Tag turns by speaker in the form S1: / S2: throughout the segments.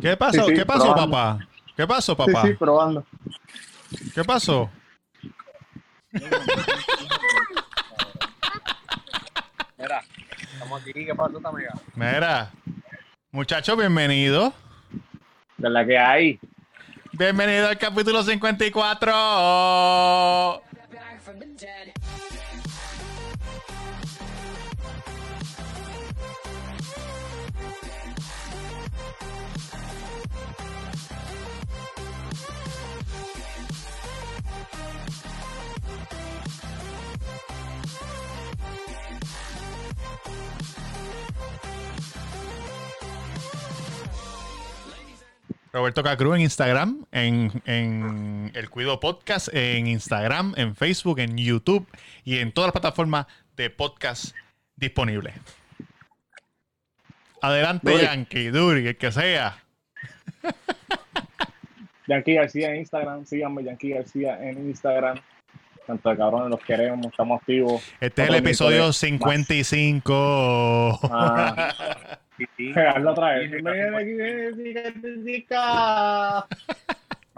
S1: ¿Qué pasó?
S2: Sí, sí,
S1: ¿Qué pasó,
S2: probando.
S1: papá? ¿Qué pasó,
S2: Sí,
S1: papá?
S2: sí, pues. probando.
S1: ¿Qué pasó?
S3: Mira, estamos aquí. ¿Qué pasó, amiga?
S1: Mira, muchachos, bienvenidos.
S3: De la que hay.
S1: Bienvenido al capítulo 54.
S4: back from the dead.
S1: Roberto Cacruz en Instagram, en, en El Cuido Podcast, en Instagram, en Facebook, en YouTube y en todas las plataformas de podcast disponibles. Adelante,
S2: Duri.
S1: Yankee, Duri, el que sea.
S2: Yankee García en Instagram, síganme, Yankee García en Instagram. Tanto de cabrones los queremos, estamos activos.
S1: Este es el
S2: Otro
S1: episodio
S2: miércoles
S1: 55.
S2: Ah, pegarlo otra vez.
S3: Mira,
S2: Bienvenido aquí,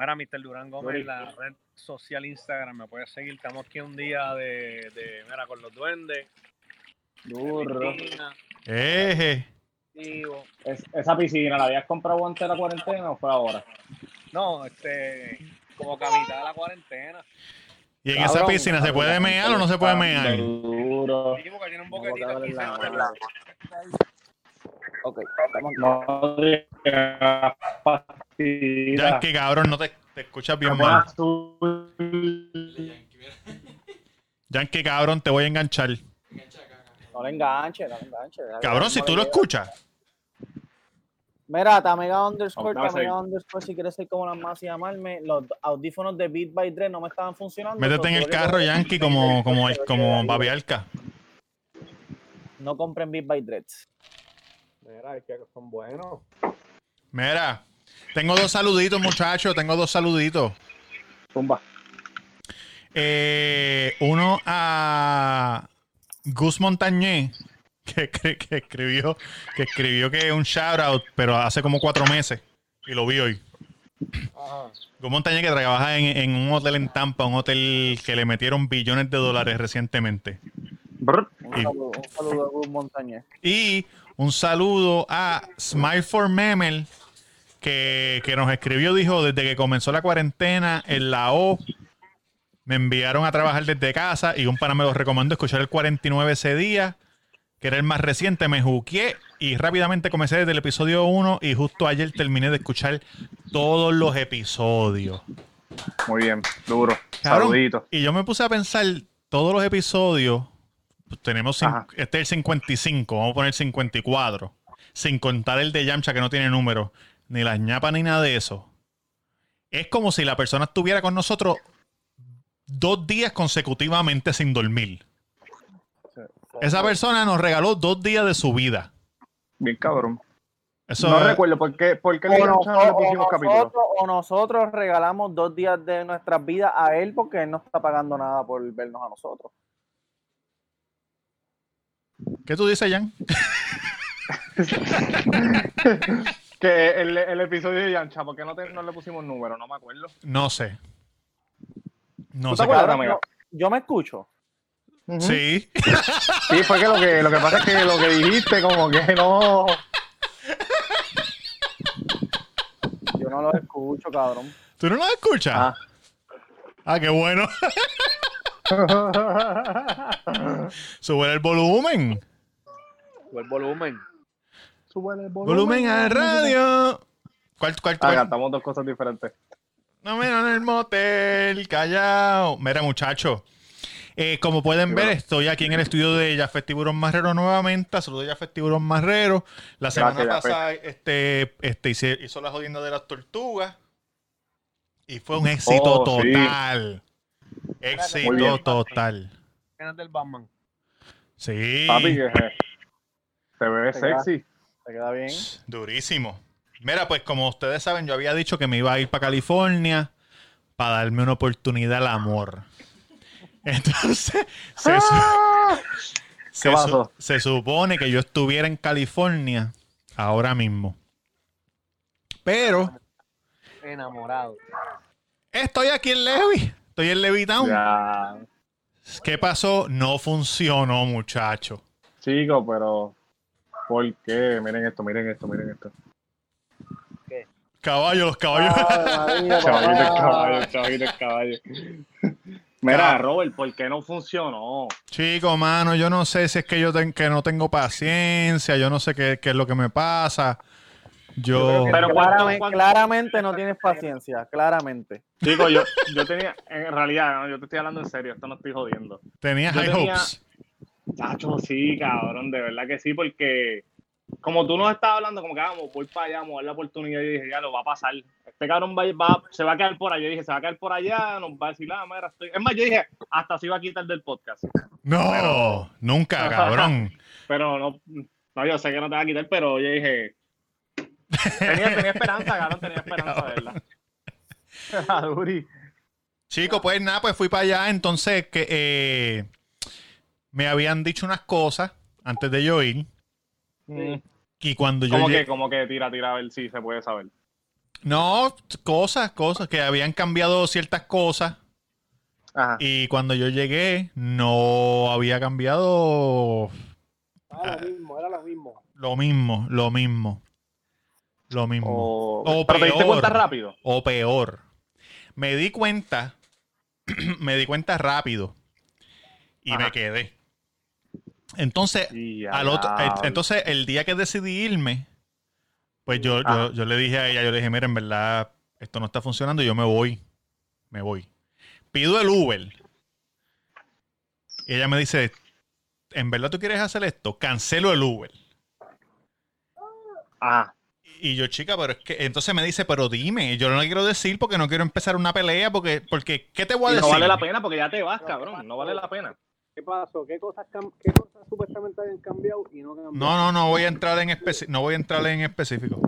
S3: Mr. Durán Gómez, en la red social Instagram, me puedes seguir. Estamos aquí un día de, de mira, con los duendes.
S2: Burro.
S3: Piscina,
S1: Eje.
S3: activo.
S2: Es- esa piscina, ¿la habías comprado antes de la cuarentena o fue ahora?
S3: No, este, como que a mitad de la cuarentena.
S1: Y en esa
S2: Cabrón,
S1: piscina, ¿se puede
S2: cabrón,
S1: mear o no se puede mear?
S2: Duro.
S3: Sí, porque tiene un
S5: Vamos a
S3: boquetito
S5: darle
S3: aquí.
S5: la-
S3: ¿sabes?
S5: la- Ok, estamos
S2: No digas pastilla.
S1: Yankee, cabrón, no te, te escuchas bien
S2: Como
S1: mal.
S2: azul.
S1: Yankee, cabrón, te voy a enganchar.
S5: No le enganche, no le enganche. Deja que
S1: Cabrón,
S5: le
S1: si tú lo
S5: demos la idea.
S1: escuchas.
S5: Mira, Tamega underscore,
S2: Vamos a
S5: Tamega
S2: seguir.
S5: underscore, si quieres ser como las más y llamarme. Los audífonos de Beat by Dre no me estaban funcionando.
S1: Métete en
S5: so
S1: el
S5: tuve que
S1: carro,
S5: comprar-
S1: Yankee, como, como, como babiarca.
S5: No compren Beat by Dre.
S3: Mira, es que son buenos.
S1: Mira, tengo dos saluditos, muchachos. Tengo dos saluditos.
S2: Tumba.
S1: Eh, uno a Gus Montañé, que, escri- que escribió que escribió que un shout out, pero hace como cuatro meses. Y lo vi hoy. Gus Montañé que trabaja en, en un hotel en Tampa, un hotel que le metieron billones de dólares recientemente.
S5: Un
S1: Y-
S5: saludo, un saludo a Gus Montañez.
S1: Y un saludo a Smile for Memel, que, que nos escribió, dijo, desde que comenzó la cuarentena en la O, me enviaron a trabajar desde casa y un pana me lo recomendó escuchar el 49 ese día, que era el más reciente, me juqué y rápidamente comencé desde el episodio 1 y justo ayer terminé de escuchar todos los episodios.
S2: Muy bien, duro.
S1: Cabrón.
S2: Saluditos.
S1: Y yo me puse a pensar todos los episodios. pues, tenemos cin-
S2: Ajá.
S1: este es el 55, vamos a poner 54. Sin contar el de Yamcha que no tiene número, ni las ñapas ni nada de eso. Es como si la persona estuviera con nosotros dos días consecutivamente sin dormir. Esa persona nos regaló dos días de su vida.
S2: Bien cabrón.
S1: Eso
S2: no
S1: es-
S2: recuerdo por qué, por qué le
S5: O, nos-
S2: dieron chance a los
S5: o- o
S2: próximos capítulos.
S5: nosotros, o nosotros regalamos dos días de nuestras vidas a él porque él no está pagando nada por vernos a nosotros.
S1: ¿Qué tú dices, Jan?
S2: Que el, el episodio de Yancha, ¿por qué no, te- no le pusimos número? No me acuerdo.
S1: No sé. No
S2: ¿Tú
S1: sé.
S2: te acuerdas,
S5: Cabrón,
S2: amiga?
S5: yo, yo me escucho.
S1: Sí.
S2: Sí, fue que lo, que lo que pasa es que lo que dijiste, como que no.
S5: Yo no lo escucho, cabrón.
S1: ¿Tú no nos escuchas?
S2: Ah.
S1: ah qué bueno. Sube el volumen.
S3: Buen volumen.
S2: Súbele el volumen.
S1: Volumen a radio. ¿Cuál, cuál,
S2: Ah,
S1: cuál?
S2: cantamos dos cosas diferentes.
S1: No menos en el motel, callao. Mira, muchacho. eh, como pueden ver, estoy aquí en el estudio de Jafet Tiburón Marrero nuevamente. Saludos a Jafet Tiburón Marrero. La semana
S2: Gracias,
S1: pasada este, este, hice- hizo, la jodienda de las tortugas. Y fue un éxito
S2: Oh, sí.
S1: total.
S2: Muy bien.
S1: Éxito total.
S3: Escenas del Batman.
S1: Sí.
S2: Papi, que te ves
S5: Te queda-
S2: sexy.
S5: ¿Te queda bien?
S1: Durísimo. Mira, pues como ustedes saben, yo había dicho que me iba a ir para California para darme una oportunidad al amor. Entonces, se, su- se, su-
S2: Ah. pasó?
S1: se supone que yo estuviera en California ahora mismo. Pero
S3: Enamorado.
S1: estoy aquí en Levi. Estoy en Levitown.
S2: Ya,
S1: ¿Qué pasó? No funcionó, muchacho.
S2: chico, pero ¿por qué? Miren esto, miren esto, miren esto.
S1: Caballo, los caballos.
S2: Ah.
S5: Ay, María,
S2: Chavito el
S5: papá.
S2: caballo, chavito el caballo. Mira, Robert, ¿por qué no funcionó?
S1: Chico, mano, yo no sé si es que yo ten- que no tengo paciencia, yo no sé qué, qué es lo que me pasa. Yo,
S2: Pero
S5: Clarame-
S2: ¿cuánto-
S5: claramente,
S2: cuánto-
S5: no tienes paciencia, claramente.
S2: Digo, yo, yo tenía, en realidad, no, yo te estoy hablando en serio, esto no estoy jodiendo.
S1: tenía
S2: yo
S1: high
S2: tenía-
S1: hopes.
S2: Chacho, sí, cabrón, de verdad que sí, porque como tú nos estabas hablando, como que ah, vamos, voy para allá, vamos a dar la oportunidad, yo dije, ya lo va a pasar. Este cabrón va, va- se va a quedar por allá, yo dije, se va a quedar por allá, nos va a decir, ah, mira, estoy... Es más, yo dije, hasta se iba a quitar del podcast.
S1: No,
S2: pero-
S1: nunca, cabrón.
S2: Pero no, no, yo sé que no te va a quitar, pero yo dije... Tenía, tenía esperanza, cabrón, tenía esperanza, de verdad. Duri.
S1: Chico, pues nada, pues fui para allá. Entonces, que eh, me habían dicho unas cosas antes de yo ir. Y cuando yo
S2: Como
S1: llegué.
S2: que, como que tira, tira, a ver si se puede saber.
S1: No, cosas, cosas, que habían cambiado ciertas cosas.
S2: Ajá.
S1: Y cuando yo llegué, no había cambiado ah,
S4: Era lo mismo, era lo mismo.
S1: lo mismo, lo mismo. Lo mismo.
S2: O,
S1: O
S2: pero te diste
S1: Mm. peor.
S2: cuenta rápido.
S1: O peor. Me di cuenta, me di cuenta rápido. Y me
S2: Ajá.
S1: quedé. Entonces, al otro- eh, entonces, el día que decidí irme, pues yo, yo,
S2: Ajá.
S1: yo le dije a ella, yo le dije, mira, en verdad, esto no está funcionando, yo me voy. Me voy. Pido el Uber. Y ella me dice, ¿en verdad tú quieres hacer esto? Cancelo el Uber.
S2: Ajá.
S1: Y yo, chica, pero es que. Entonces me dice, pero dime, yo no le quiero decir porque no quiero empezar una pelea, porque, porque ¿qué te voy a
S2: Y no
S1: decir?
S2: vale la pena porque ya te vas, cabrón. No vale la pena.
S4: ¿Qué pasó? ¿Qué cosas, cam- qué cosas supuestamente habían cambiado y no cambiaron?
S1: No, no, no voy a entrar en especi- no voy a entrar en específico.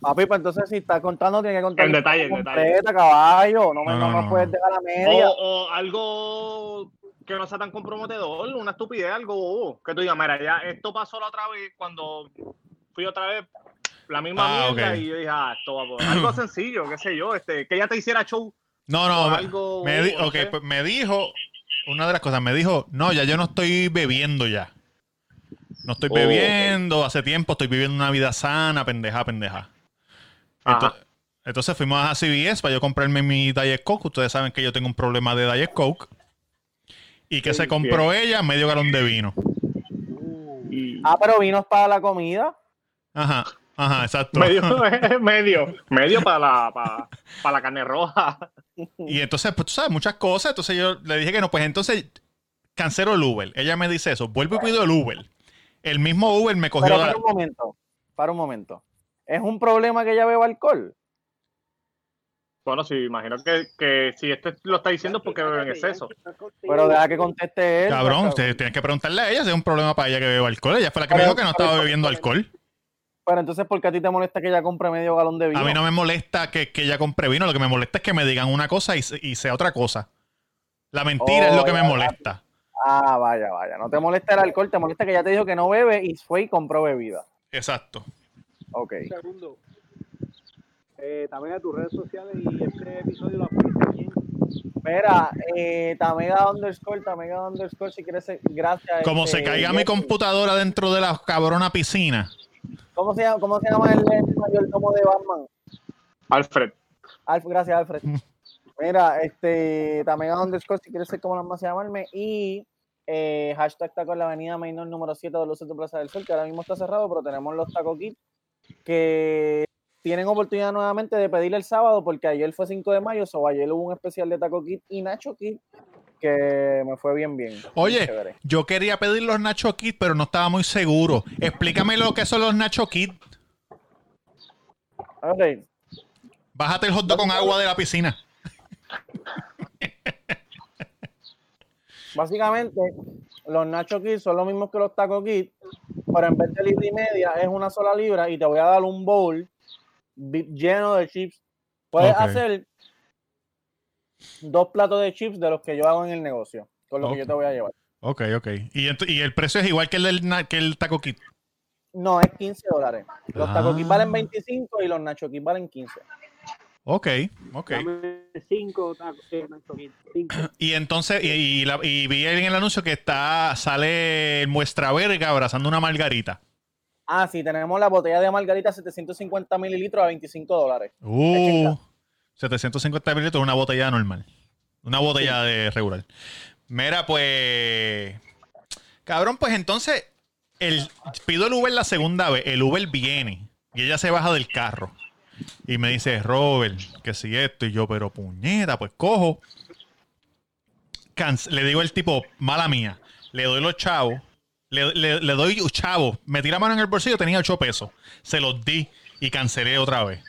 S5: Papi, pues entonces si estás contando, tienes que contar.
S2: En
S5: la
S2: detalle,
S5: historia
S2: en detalle.
S5: completa, caballo. No me
S1: No,
S5: no,
S1: no,
S5: me
S1: no.
S5: puedes dejar a media.
S2: O, o algo que no sea tan comprometedor, una estupidez, algo bobo. Que tú digas, mira, ya esto pasó la otra vez cuando fui otra vez la misma
S1: Ah,
S2: mierda
S1: ok.
S2: y yo dije, ah, esto va a poder. Algo sencillo, qué sé yo, este, que ya te hiciera show
S1: No, no,
S2: o
S1: me-
S2: algo.
S1: me, di-
S2: bobo, no
S1: ok,
S2: sé.
S1: pues me dijo, una de las cosas, me dijo, no, ya yo no estoy bebiendo ya. No estoy
S2: Oh, ok.
S1: bebiendo, hace tiempo estoy viviendo una vida sana, pendeja, pendeja.
S2: Ajá.
S1: Ento- Entonces fuimos a CBS para yo comprarme mi Diet Coke. Ustedes saben que yo tengo un problema de Diet Coke. Y que
S2: Sí,
S1: se compró ella medio galón de vino.
S2: Y-
S5: Ah, pero vinos para la comida.
S1: Ajá, ajá, exacto.
S2: medio, medio, medio para la, para, para la carne roja.
S1: Y entonces, pues tú sabes, muchas cosas. Entonces yo le dije que no, pues entonces cancelo el Uber. Ella me dice eso, vuelvo y pido el Uber. El mismo Uber me cogió
S5: Pero
S1: la-
S5: para un momento, para un momento. ¿Es un problema que ella beba alcohol?
S2: Bueno, sí, imagino que, que si este lo está diciendo es porque bebe en exceso.
S5: Pero deja que conteste él.
S1: Cabrón,
S5: pues,
S1: ustedes tienen que preguntarle a ella si es un problema para ella que beba alcohol. Ella fue la que me
S5: Pero-
S1: dijo que no estaba bebiendo alcohol.
S5: Pero entonces, ¿por qué a ti te molesta que ella compre medio galón de vino?
S1: A mí no me molesta que, que ella compre vino. Lo que me molesta es que me digan una cosa y, se- y sea otra cosa. La mentira
S5: Oh,
S1: es lo que me
S5: ya,
S1: molesta.
S5: Ah, vaya, vaya. No te molesta el alcohol, te molesta que ella te dijo que no bebe y fue y compró bebida.
S1: Exacto.
S5: Ok.
S4: Un segundo. Eh, también a tus redes sociales y este episodio lo apuntas aquí.
S5: Mira, eh, Tamega underscore, Tamega underscore, si quieres, eh, gracias.
S1: Como
S5: este,
S1: se caiga mi
S5: Jeffrey.
S1: computadora dentro de la cabrona piscina.
S5: ¿Cómo se llama, cómo se llama el, el mayordomo de Batman?
S2: Alfred,
S5: Alf- gracias, Alfred.
S1: Mm.
S5: Mira, este, Tamega underscore, si quieres ser como las más llamarme. Y eh, hashtag taco en la avenida Mainor número 7 de Luces de Plaza del Sol, que ahora mismo está cerrado, pero tenemos los taco kits que tienen oportunidad nuevamente de pedir el sábado, porque ayer fue 5 de mayo, o ayer hubo un especial de taco kit y nacho kit que me fue bien, bien.
S1: Oye,
S5: Chévere.
S1: yo quería pedir los Nacho Kid, pero no estaba muy seguro. Explícame lo que son los Nacho Kid.
S5: Ok,
S1: Bájate el hot dog con agua de la piscina.
S5: básicamente los Nacho Kids son los mismos que los Taco Kids, pero en vez de libra y media es una sola libra y te voy a dar un bowl bi- lleno de chips. Puedes
S1: Ok.
S5: hacer dos platos de chips de los que yo hago en el negocio, con lo que
S1: Ok.
S5: yo te voy a llevar.
S1: Ok, ok. Y, ent- y el precio es igual que el, del na- que el Taco Kid.
S5: No, es 15 dólares. Los
S1: Ah.
S5: taco Kit valen 25 y los nacho Kit valen 15.
S1: Ok, ok.
S4: Dame cinco tacos. eh, Nacho Kid, cinco.
S1: Y entonces, y, y la- y vi en el anuncio que está sale el muestra verga abrazando una margarita.
S5: Ah, sí, tenemos la botella de margarita 750 mililitros a 25 dólares.
S1: Uh, 750 mililitros, una botella normal. Una botella de regular. Mira, pues. Cabrón, pues entonces. El, pido el Uber la segunda vez. El Uber viene. Y ella se baja del carro. Y me dice, Robert, que si esto. Y yo, pero puñeta, pues cojo. Canc- le digo al tipo, mala mía. Le doy los chavos. Le, le- le doy chavos. Metí la mano en el bolsillo, tenía 8 pesos. Se los di y cancelé otra vez.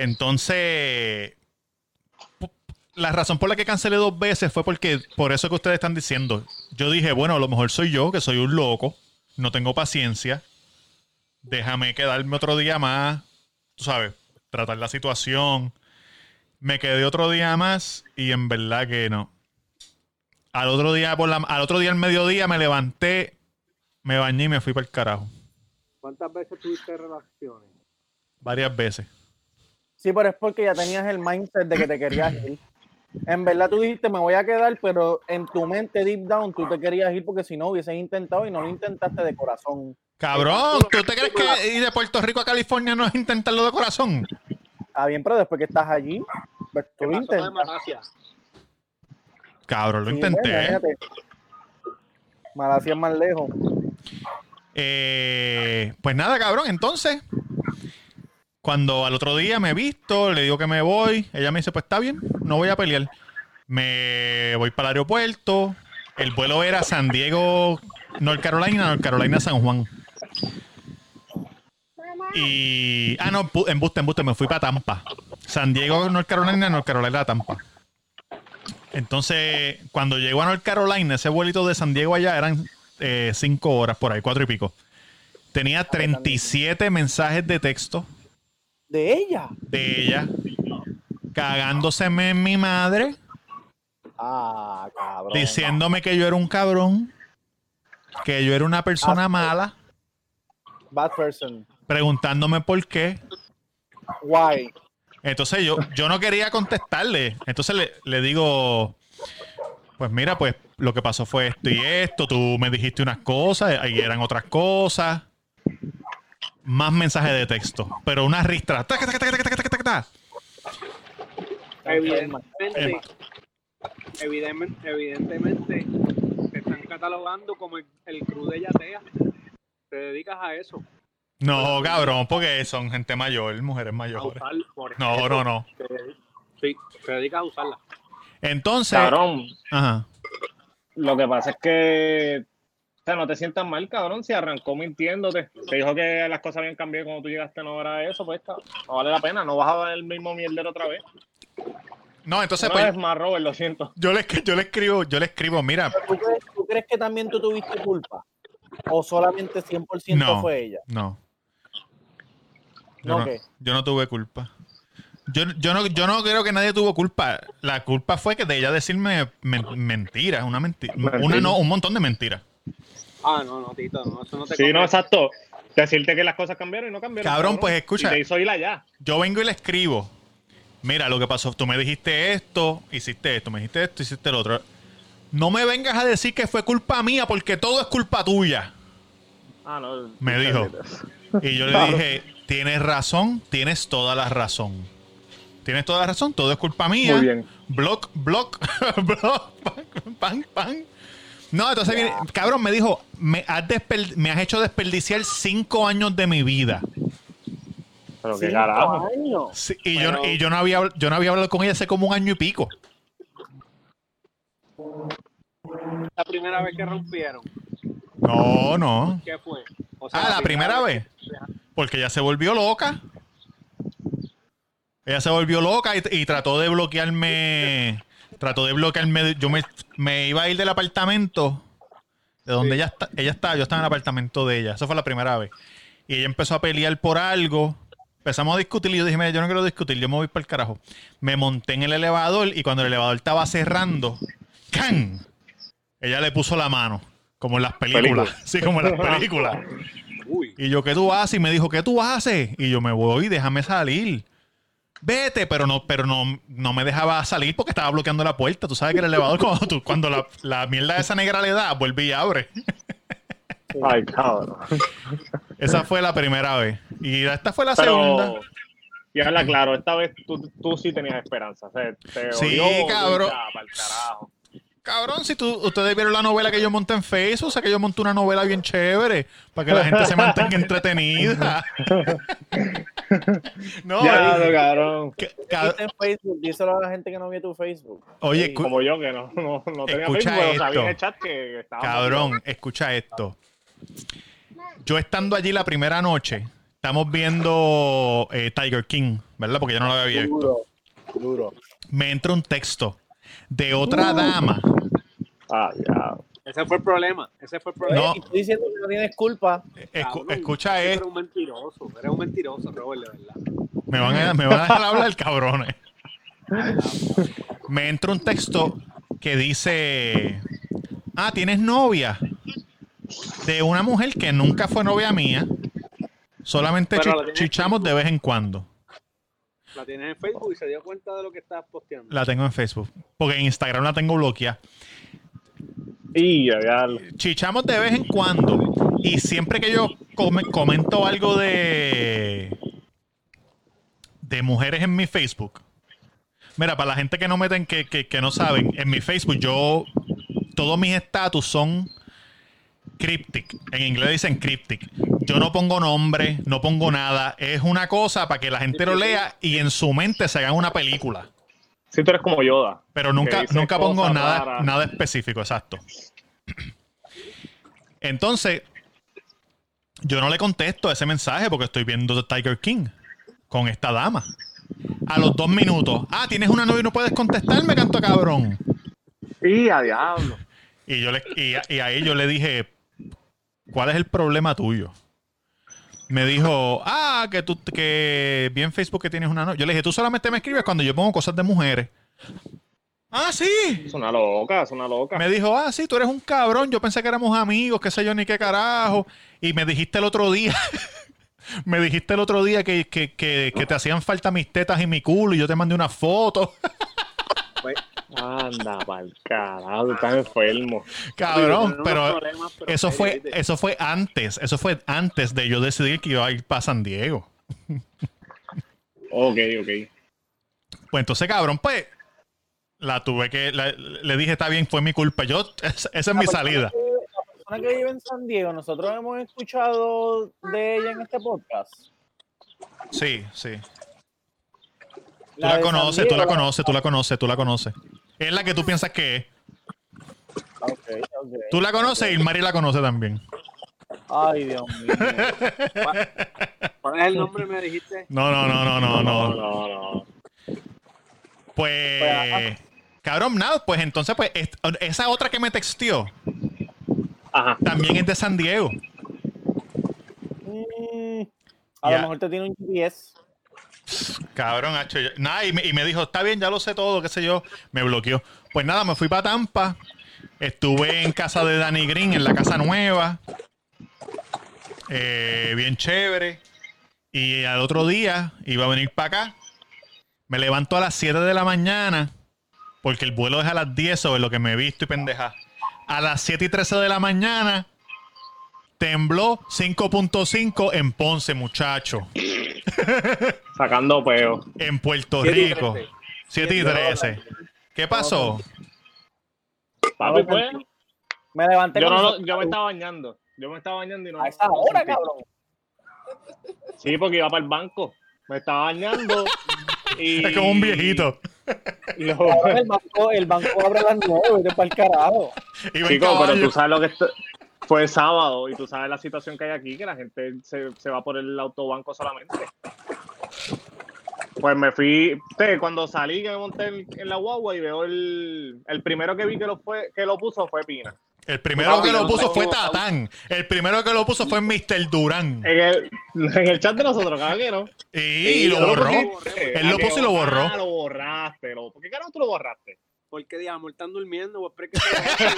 S1: Entonces, pu- la razón por la que cancelé dos veces fue porque, por eso que ustedes están diciendo, yo dije, bueno, a lo mejor soy yo, que soy un loco, no tengo paciencia, déjame quedarme otro día más, tú sabes, tratar la situación. Me quedé otro día más y en verdad que no. Al otro día, por la, al otro día, al mediodía, me levanté, me bañé y me fui para el carajo.
S4: ¿Cuántas veces tuviste relaciones?
S1: Varias veces.
S5: Sí, pero es porque ya tenías el mindset de que te querías ir. En verdad tú dijiste, me voy a quedar, pero en tu mente, deep down, tú te querías ir porque si no hubieses intentado y no lo intentaste de corazón.
S1: Cabrón, ¿tú te crees que ir de Puerto Rico a California no es intentarlo de corazón?
S5: Está bien, pero después que estás allí, pues
S4: ¿Qué
S5: tú
S4: pasó
S5: lo
S4: con
S5: intentas.
S4: Malasia?
S1: Cabrón, lo
S5: Sí,
S1: intenté.
S5: imagínate. Malasia es más lejos.
S1: Eh, pues nada, cabrón, entonces, cuando al otro día me he visto, le digo que me voy, ella me dice, pues está bien, no voy a pelear. Me voy para el aeropuerto, el vuelo era San Diego, North Carolina, North Carolina, San Juan. Y, ah, no, en embuste, embuste, me fui para Tampa. San Diego, North Carolina, North Carolina, Tampa. Entonces, cuando llegó a North Carolina, ese vuelito de San Diego allá eran eh, cinco horas por ahí, cuatro y pico. Tenía 37 mensajes de texto
S5: De ella.
S1: de ella cagándoseme en mi madre,
S5: Ah, cabrón.
S1: diciéndome que yo era un cabrón, que yo era una persona mala,
S5: Bad person.
S1: preguntándome por qué.
S5: Why?
S1: Entonces yo, yo no quería contestarle. Entonces le, le digo, pues mira, pues lo que pasó fue esto y esto, tú me dijiste unas cosas, ahí eran otras cosas. Más mensajes de texto, pero una ristra. Taca, taca, taca, taca, taca, taca, taca.
S4: Evidentemente,
S1: Emma.
S4: evidentemente, evidentemente, te están catalogando como el, el crew de Yatea. Te dedicas a eso,
S1: No, cabrón, porque son gente mayor, mujeres
S4: a
S1: mayores.
S4: usar. Por
S1: No,
S4: eso,
S1: no, no.
S4: te- sí, te dedicas a usarla.
S1: Entonces,
S2: Cabrón,
S1: ajá.
S2: lo que pasa es que o sea, no te sientas mal, cabrón, si arrancó mintiéndote. Te dijo que las cosas habían cambiado y cuando tú llegaste no era eso, pues cabrón, no vale la pena, no vas a ver el mismo mierdero otra vez.
S1: No, entonces
S2: Una
S1: pues,
S2: vez más, Robert, lo siento.
S1: yo le yo le escribo, yo le escribo, mira,
S5: ¿Tú crees, tú crees que también tú tuviste culpa? ¿O solamente 100%
S1: No.
S5: fue ella?
S1: No.
S5: ¿No
S1: Yo no,
S5: qué?
S1: yo no tuve culpa. Yo, yo, no, yo no creo que nadie tuvo culpa. La culpa fue que de ella decirme men- mentiras, una mentira, una
S2: Mentira.
S1: no, un montón de mentiras.
S4: Ah, no, no, Tito, no, eso no te
S2: Sí, no,
S4: convence.
S2: exacto. Decirte que las cosas cambiaron y no cambiaron.
S1: Cabrón, pues, escucha.
S2: Y te hizo ir allá.
S1: Yo vengo y le escribo. Mira, lo que pasó, tú me dijiste esto, hiciste esto, me dijiste esto, hiciste lo otro. No me vengas a decir que fue culpa mía porque todo es culpa tuya.
S2: Ah, no.
S1: Me dijo. Y yo le dije, tienes razón, tienes toda la razón. Tienes toda la razón, todo es culpa mía.
S2: Muy bien.
S1: Block, block, block, pan, pan, pan. No, entonces viene, cabrón, me dijo, me has, desper- me has hecho desperdiciar cinco años de mi vida.
S2: Pero qué
S5: Cinco
S2: carajo.
S5: años.
S1: Sí, y, yo, no- y yo no había habl- yo no había hablado con ella hace como un año y pico.
S4: La primera vez que rompieron,
S1: No, no.
S4: ¿qué fue? O sea,
S1: Ah, la primera vez. Porque ella se volvió loca. Ella se volvió loca y, y trató de bloquearme. Trató de bloquearme. Yo me, me iba a ir del apartamento. De donde ella está, ella estaba, yo estaba en el apartamento de ella. Esa fue la primera vez. Y ella empezó a pelear por algo. Empezamos a discutir y yo dije, mira, yo no quiero discutir, yo me voy para el carajo. Me monté en el elevador y cuando el elevador estaba cerrando, ¡can! Ella le puso la mano, como en las películas.
S2: Película.
S1: Sí, como en las películas.
S4: Uy.
S1: Y yo, ¿qué tú haces? Y me dijo, ¿qué tú haces? Y yo, me voy, déjame salir. Vete, pero no, pero no, no me dejaba salir porque estaba bloqueando la puerta. Tú sabes que el elevador, cuando, tú- cuando la, la mierda esa negra le da, vuelve y abre.
S2: Ay, cabrón.
S1: Esa fue la primera vez. Y esta fue la segunda.
S2: Pero, y habla claro, esta vez tú, tú sí tenías esperanza. o sea, te
S1: Sí,
S2: odió,
S1: cabrón.
S2: ya, pa'l carajo.
S1: Cabrón, si tú, ustedes vieron la novela que yo monté en Facebook, o sea que yo monté una novela bien chévere para que la gente se mantenga entretenida. no,
S2: Ya,
S1: eh,
S2: no, cabrón.
S1: que- ca-
S5: Está en Facebook, díselo a la gente que no vio tu Facebook.
S1: oye, cu-
S2: Como yo que no, no, no tenía Facebook,
S1: Escucha
S2: pero sabía en el
S1: esto.
S2: chat que estaba.
S1: cabrón, escucha esto. Yo estando allí la primera noche, estamos viendo eh, Tiger King, ¿verdad? Porque yo no lo había visto.
S5: Duro, duro.
S1: Me entra un texto de otra dama.
S2: Ah, ya.
S4: Ese fue el problema. Ese fue el
S5: Oye,
S4: problema.
S1: No.
S5: y tú diciendo que no tienes culpa.
S1: Escu-
S4: Cabrón,
S1: escucha
S4: ese
S1: esto.
S4: Era un mentiroso. Era un mentiroso, Robert, de verdad.
S1: Me van a, me van a dejar hablar, cabrones. Me entra un texto que dice: Ah, tienes novia de una mujer que nunca fue novia mía. Solamente
S4: Pero
S1: chi-
S4: la tienes-
S1: chichamos de vez en cuando.
S4: La tienes en Facebook y se dio cuenta de lo que estabas posteando.
S1: La tengo en Facebook. Porque en Instagram la tengo bloqueada.
S2: Y ya, ya.
S1: Chichamos de vez en cuando. Y siempre que yo come- comento algo de. de mujeres en mi Facebook. Mira, para la gente que no meten, que, que, que no saben, en mi Facebook yo. Todos mis estatus son cryptic. En inglés dicen cryptic. Yo no pongo nombre, no pongo nada. Es una cosa para que la gente lo lea y en su mente se hagan una película.
S2: Si tú eres como Yoda.
S1: Pero nunca,
S2: que dice
S1: nunca pongo
S2: cosas
S1: nada,
S2: raras.
S1: nada específico, exacto. Entonces, yo no le contesto ese mensaje porque estoy viendo The Tiger King con esta dama. A los dos minutos. Ah, tienes una novia y no puedes contestarme, canto cabrón.
S2: Y a diablo.
S1: Y, yo le, y, a- y ahí yo le dije, ¿cuál es el problema tuyo? Me dijo, ah, que tú, que bien Facebook que tienes una novia. Yo le dije, tú solamente me escribes cuando yo pongo cosas de mujeres. Ah, sí.
S2: Es una loca, es una loca.
S1: Me dijo, ah, sí, tú eres un cabrón. Yo pensé que éramos amigos, qué sé yo, ni qué carajo. Y me dijiste el otro día, me dijiste el otro día que, que- que- que te hacían falta mis tetas y mi culo y yo te mandé una foto.
S2: Anda, pa'l carajo, tú estás enfermo.
S1: Cabrón,
S4: Tenían unos
S1: pero
S4: problemas, pero
S1: eso fue,
S4: serios, ¿viste?
S1: eso fue antes, eso fue antes de yo decidir que iba a ir para San Diego.
S2: Ok, ok.
S1: Pues entonces, cabrón, pues, la tuve que, la- le dije, está bien, fue mi culpa. Yo, es- esa es mi
S5: La persona
S1: salida.
S5: que- La persona que vive en San Diego, nosotros hemos escuchado de ella en este podcast.
S1: Sí, sí. Tú
S5: de
S1: la
S5: San
S1: conoces, tú la
S5: Diego,
S1: conoces, tú la conoces, tú la conoces. Es la que tú piensas que es.
S5: Ah, Ok, ok.
S1: Tú la conoces y Mari la conoce también.
S5: Ay, Dios mío.
S4: ¿Cuál es el nombre me dijiste?
S1: No, no, no, no, no,
S2: No,
S1: no.
S2: no, no.
S1: Pues, cabrón, nada, pues entonces, pues, est- esa otra que me texteó
S2: Ajá.
S1: también es de San Diego.
S5: Mm, a
S1: Ya.
S5: lo mejor te tiene un GPS.
S1: Cabrón, hacho, yo- nada, y me, y me dijo, está bien, ya lo sé todo, qué sé yo. Me bloqueó. Pues nada, me fui para Tampa. Estuve en casa de Danny Green, en la casa nueva. Eh, bien chévere. Y al otro día iba a venir para acá. Me levanto a las 7 de la mañana, porque el vuelo es a las 10 sobre lo que me he visto y pendeja. A las 7 y 13 de la mañana tembló 5.5 en Ponce, muchacho
S2: Sacando peo.
S1: en Puerto
S4: Siete y
S1: Rico.
S4: trece.
S1: 7 y 13. ¿Qué pasó?
S2: Papi, pues,
S5: Me levanté.
S2: yo,
S5: con-
S2: no, lo- yo me estaba bañando. Yo me estaba bañando y no.
S5: A esa
S2: no
S5: hora,
S2: sentí.
S5: cabrón.
S2: Sí, porque iba para el banco. Me estaba bañando. y...
S1: Es como un viejito.
S2: Lo-
S5: Cabrón, El banco, el banco abre a las nueve, vete para el carajo.
S1: Iba en
S2: Chico, pero
S1: caballo.
S2: tú sabes lo que esto- fue sábado y tú sabes la situación que hay aquí, que la gente se, se va por el autobanco solamente. Pues me fui, te, cuando salí que me monté en, en la guagua y veo el, el primero que vi que lo fue, que lo puso fue Pina.
S1: El primero que
S2: Papi,
S1: lo
S2: no
S1: puso
S2: tengo-
S1: fue Tatán. El primero que lo puso fue Mr. Durán.
S2: En el, en el chat de nosotros, caballero.
S1: Y, y lo
S2: yo
S1: borró.
S2: pusiste.
S1: Él lo puso y lo borró.
S2: Ah, lo borraste. Lo, ¿Por qué carajo tú lo borraste?
S4: ¿Por qué diablos están durmiendo? Voy a esperar que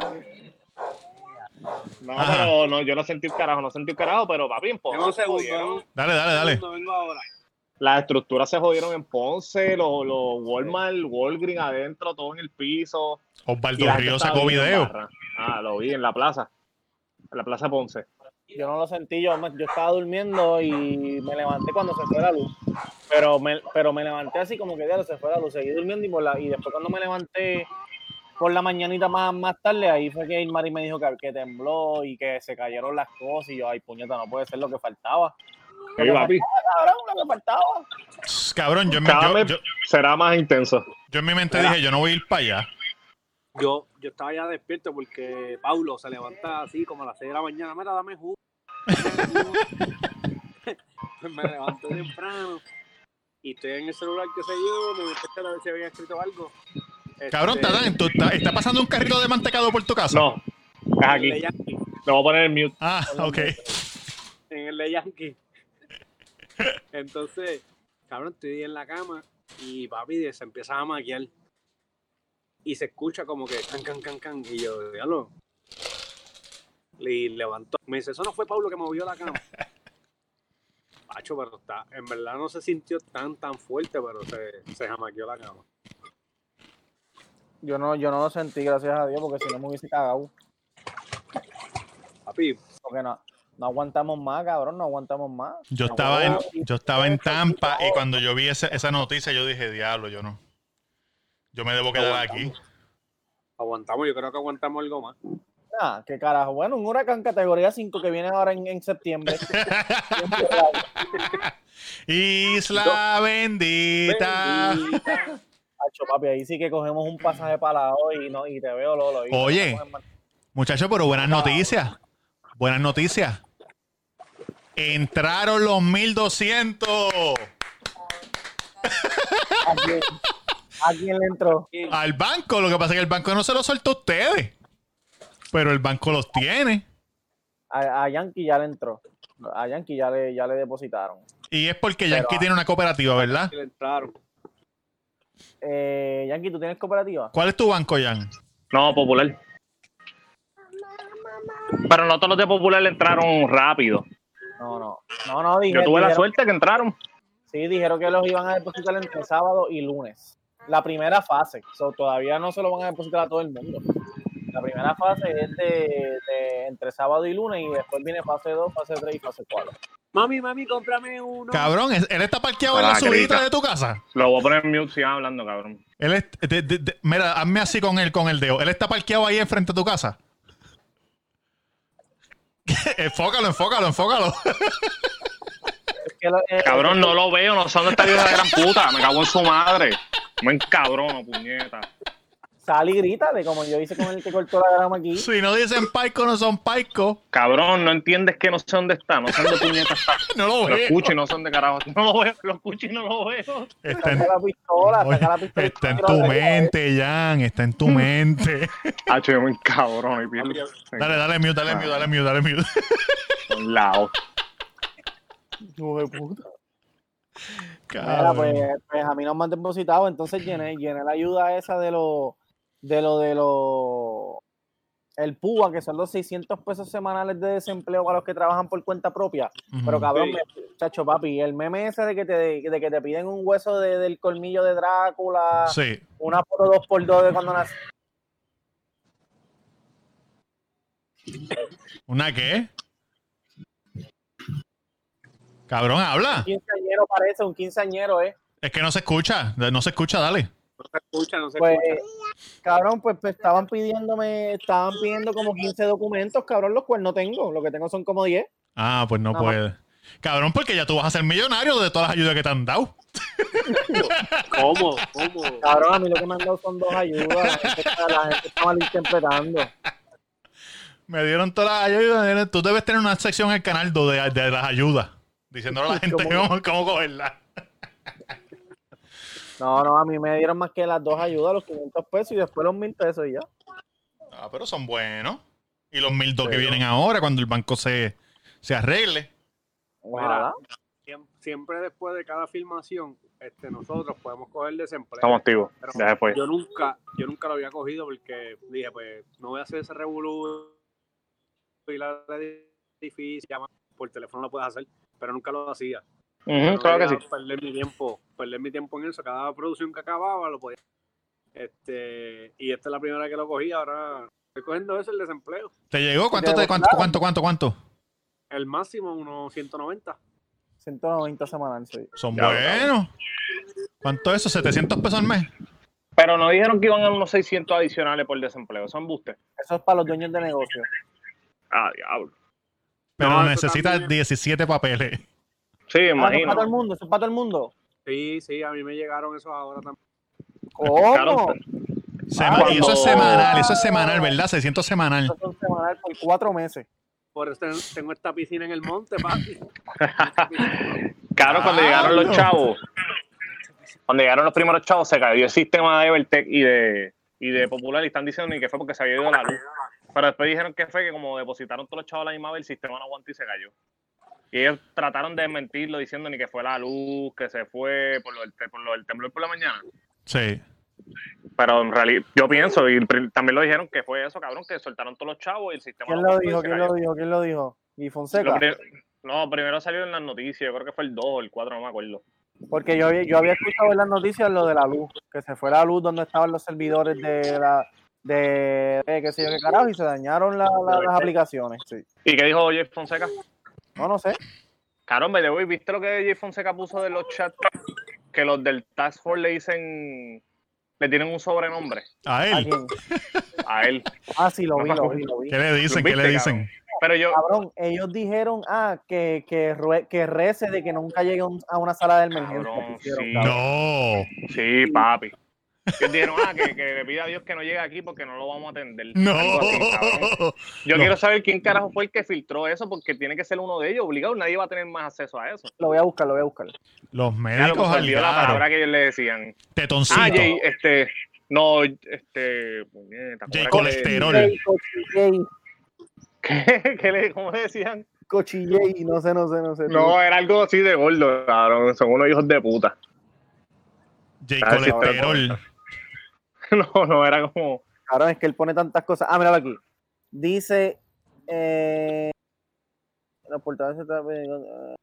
S4: se-
S2: No,
S1: Ajá.
S2: pero no, yo no sentí un carajo, no sentí un carajo, pero papi, en Ponce
S4: Dame un
S2: se
S4: segundo,
S2: jodieron.
S4: dame
S1: Dale, dale,
S4: un
S1: dale.
S4: segundo, vengo ahora.
S2: Las estructuras se jodieron en Ponce, los, los Walmart, Walgreen adentro, todo en el piso. Y
S1: Osvaldo
S2: la gente
S1: Río
S2: estaba
S1: sacó
S2: bien en
S1: video.
S2: barra. Ah, lo vi en la plaza. En la plaza Ponce.
S5: Yo no lo sentí, yo, me- yo estaba durmiendo y me levanté cuando se fue la luz. Pero me, pero me levanté así como que diablo, se fue la luz. Seguí durmiendo y, por la, y después cuando me levanté por la mañanita más, más tarde, ahí fue que Ilmari me dijo que, que tembló y que se cayeron las cosas. Y yo, ay, puñeta, no puede ser lo que faltaba.
S2: Sí, papi,
S5: Cabrón, lo que faltaba.
S1: Tss, Cabrón, yo en, mi-
S2: Cada
S1: yo-
S2: vez-
S1: yo-
S2: será más intenso.
S1: yo en mi mente
S4: Mira.
S1: dije, yo no voy a ir para allá.
S4: Yo, yo estaba ya despierto porque Paulo se levanta así como a las 6 de la mañana. Mira, dame jugo. dame jugo". Pues me levanto temprano y estoy en el celular, qué sé yo, me metí a ver si había escrito algo.
S1: Cabrón,
S4: Este,
S1: Tatán, tú está, está pasando un carrito de mantecado por tu casa.
S2: No, es aquí.
S4: En el, de
S2: Le
S4: Yankee,
S2: voy a poner el mute.
S1: Ah, ok.
S4: en el de Yankee. Entonces, cabrón, estoy en la cama y papi se empieza a maquiar. Y se escucha como que can, can, can, can. Y yo, diablo. Y levantó. Me dice, eso no fue Pablo que movió la cama. Pacho, pero está. En verdad no se sintió tan, tan fuerte, pero se, se jamaqueó la cama.
S5: Yo no, yo no lo sentí, gracias a Dios, porque si no me hubiese cagado.
S4: Papi,
S5: Porque no, no aguantamos más, cabrón, no aguantamos más.
S1: Yo estaba en, yo estaba en Tampa y cuando yo vi esa, esa noticia, yo dije, diablo, yo no. Yo me debo quedar aquí.
S4: aguantamos. Yo creo que aguantamos algo más.
S5: Nah, Ah, qué carajo. Bueno, un huracán categoría 5 que viene ahora en, en septiembre.
S1: Isla bendita.
S4: Bendita.
S5: Tacho, papi, ahí sí que cogemos un pasaje para la hoy y, no, y te veo, Lolo. y te
S1: Oye.
S5: pongo en man-
S1: Muchachos, pero buenas noticias. Buenas noticias. Entraron los 1200
S5: ¿A quién, a quién le entró?
S1: al banco. Lo que pasa es que el banco no se los soltó a ustedes. Pero el banco los tiene.
S5: A, a Yankee ya le entró. A Yankee ya le, ya le depositaron.
S1: Y es porque Yankee tiene una cooperativa, ¿verdad?
S4: Y le entraron.
S5: Eh, Yankee, ¿tú tienes cooperativa?
S1: ¿Cuál es tu banco, Yan?
S2: No, popular. Pero no todos los de popular entraron rápido.
S5: No, no. No, no, dije,
S2: Yo tuve la
S5: dijeron-
S2: suerte que entraron.
S5: Sí, dijeron que los iban a depositar entre sábado y lunes. La primera fase. So, todavía no se lo van a depositar a todo el mundo. La primera fase es de, de entre sábado y lunes y después viene fase 2, fase 3 y fase 4.
S4: Mami, mami, cómprame uno.
S1: Cabrón, es- él está parqueado en la
S2: Ah,
S1: subida
S2: grita.
S1: de tu casa.
S2: Lo voy a poner en mute si van hablando, cabrón.
S1: Él es- de- de- de- mira, hazme así con él, con el dedo. Él está parqueado ahí enfrente de tu casa. enfócalo, enfócalo, enfócalo.
S5: Es que lo- eh,
S2: Cabrón, no lo veo, no sé dónde está la gran puta. Me cago en su madre. Me encabrono, puñeta.
S5: Sal y grítale, como yo hice con el que cortó la grama aquí.
S1: Si no dicen paico, no son paico.
S2: Cabrón, no entiendes que no sé dónde está, no sé dónde puñeta está.
S1: No lo veo.
S2: Lo escucho y no sé dónde carajo. está. No lo veo, lo escucho y no lo veo.
S1: Está en,
S5: Saca la pistola, saca la pistola.
S1: está en tu mente, Jan. Está en tu mente.
S2: Hacho, yo me encabrono y
S4: Papi,
S2: pierdo.
S1: Dale, dale mute, dale mute, dale mute, dale mute.
S2: Un lado.
S5: Hijo de puta. Mira, pues,
S1: Cabrón.
S5: pues a mí no me han depositado, entonces llené, llené la ayuda esa de lo de lo de lo el PUA, que son los 600 pesos semanales de desempleo para los que trabajan por cuenta propia. Pero
S1: Ujú.
S5: cabrón,
S4: Sí.
S5: me- chacho papi, el meme ese de que te, de que te piden un hueso de- del colmillo de Drácula,
S1: Sí.
S5: una foto 2x2 de cuando nací.
S1: ¿Una qué? Cabrón, habla.
S5: Un quinceañero parece, un quinceañero, ¿eh?
S1: Es que no se escucha. No se escucha, dale.
S4: No se escucha, no se
S5: Pues,
S4: escucha.
S5: cabrón, pues, pues, estaban pidiéndome, estaban pidiendo como 15 documentos, cabrón, los cuales no tengo. Lo que tengo son como 10.
S1: Ah, pues no
S5: Nada más.
S1: puede. Cabrón, porque ya tú vas a ser millonario de todas las ayudas que te han dado.
S4: ¿Cómo? ¿Cómo?
S5: Cabrón, a mí lo que me han dado son dos ayudas. La gente, está- la gente está malinterpretando.
S1: Me dieron todas las ayudas. Tú debes tener una sección en el canal do- de, de las ayudas. Diciéndole a la gente
S5: ¿Cómo?
S1: cómo, cómo cogerla.
S5: No, no, a mí me dieron más que las dos ayudas, los 500 pesos y después los 1000 pesos y ya.
S1: Ah, pero son buenos. Y los mil dos que
S5: Pero-
S1: vienen ahora, cuando el banco se, se arregle.
S5: Ojalá.
S4: Siem- Siempre después de cada filmación, este, nosotros podemos coger desempleo.
S2: Estamos activos.
S4: Pero
S2: Ya se fue.
S4: Yo nunca, yo nunca lo había cogido porque dije, pues, no voy a hacer ese revolú y la red es difícil, llama por teléfono lo puedes hacer, pero nunca lo hacía.
S2: Ujú,
S4: No
S2: Mm, claro que sí.
S4: quería Perder mi tiempo, perder mi tiempo en eso. Cada producción que acababa lo podía. Este, y esta es la primera que lo cogí. Ahora estoy cogiendo eso, el desempleo.
S1: ¿Te llegó? ¿Cuánto, te, cuánto, cuánto, cuánto, cuánto?
S4: El máximo, unos 190.
S5: 190 semanales. sí.
S1: Son
S2: Ya,
S1: buenos. ¿Cuánto es eso? ¿700 pesos al mes?
S2: Pero no dijeron que iban a unos 600 adicionales por desempleo. Son bustes.
S5: Eso es para los dueños de negocio.
S2: Ah, diablo.
S1: Pero
S4: No, eso
S1: necesitas
S4: también.
S1: 17 papeles.
S2: Sí, me
S5: Ah, eso es para todo el
S2: imagino.
S5: mundo, eso es para todo el mundo.
S4: Sí, sí, a mí me llegaron esos ahora también.
S5: ¿Cómo?
S1: Sema-
S2: Cuando-
S1: Y eso es semanal, eso es semanal, ¿verdad? 600 semanal.
S5: Eso es semanal por cuatro meses.
S4: Por eso ten- tengo esta piscina en el monte, papi.
S2: Claro, cuando
S1: Ah,
S2: llegaron los
S1: no.
S2: chavos, cuando llegaron los primeros chavos, se cayó el sistema de Evertech y de, y de Popular y están diciendo ni que fue porque se había ido la luz. Pero después dijeron que fue que como depositaron todos los chavos a la misma vez, el sistema no aguantó y se cayó. Y ellos trataron de mentirlo diciendo ni que fue la luz, que se fue por lo del, te- por lo del temblor por la mañana.
S1: Sí.
S2: Pero en realidad, yo pienso, y pri- también lo dijeron que fue eso, cabrón, que soltaron todos los chavos y el sistema
S5: ¿Quién
S2: no
S5: lo
S2: aguantó y
S5: dijo?
S2: se
S5: ¿Quién
S2: cayó.
S5: lo dijo? ¿Quién lo dijo? Y
S2: Lo
S5: Fonseca.
S2: pri- no, primero salió en las noticias, yo creo que fue el 2 o el 4, no me acuerdo.
S5: Porque yo había, yo había escuchado en las noticias lo de la luz, que se fue la luz donde estaban los servidores de la de, de qué sé yo qué carajo y se dañaron la- la- las aplicaciones. Sí.
S2: ¿Y qué dijo Jeff Fonseca?
S5: No, no sé.
S2: Caramba, de hoy, ¿viste lo que Jeff Fonseca puso de los chats? Que los del Task Force le dicen, le tienen un sobrenombre
S1: A
S5: ¿A
S1: él.
S5: quién?
S2: a él.
S5: Ah, sí, lo vi, lo vi, lo vi.
S1: ¿Qué le dicen?
S2: ¿Lo
S1: ¿Qué le
S2: viste,
S1: dicen?
S2: Pero yo,
S5: Cabrón, ellos dijeron, ah, que, que, rue- que rece de que nunca llegue a un- a una sala de emergencia.
S2: Cabrón,
S5: pusieron,
S2: sí.
S5: cabrón.
S1: No.
S2: sí, papi. Ellos dijeron, ah, que, que le pida a Dios que no llegue aquí porque no lo vamos a atender. Algo así, cabrón.
S1: No. No.
S2: yo quiero saber quién carajo fue el que filtró eso porque tiene que ser uno de ellos, obligado. Nadie va a tener más acceso a eso.
S5: Lo voy a buscar, lo voy a buscar.
S1: Los
S2: Claro,
S1: médicos
S2: pues,
S1: al
S2: olvidó la palabra
S1: garo.
S2: que ellos le decían. Ah,
S1: Tetoncito.
S2: Jay, este, no, este, puñeta,
S1: Jay
S2: ¿cómo era que le-
S1: Colesterol.
S5: Ey, cochilley,
S2: ¿Qué, qué le, ¿Cómo le decían?
S5: cochilley, no sé, no sé, no sé.
S2: No, era algo así de gordo, cabrón. Son unos hijos de puta.
S1: Jay
S2: Ah, sí,
S1: Colesterol.
S2: No, no, era como.
S5: Cabrón, es que él pone tantas cosas. Ah, míralo aquí. Dice. Eh, la portada se está. eh,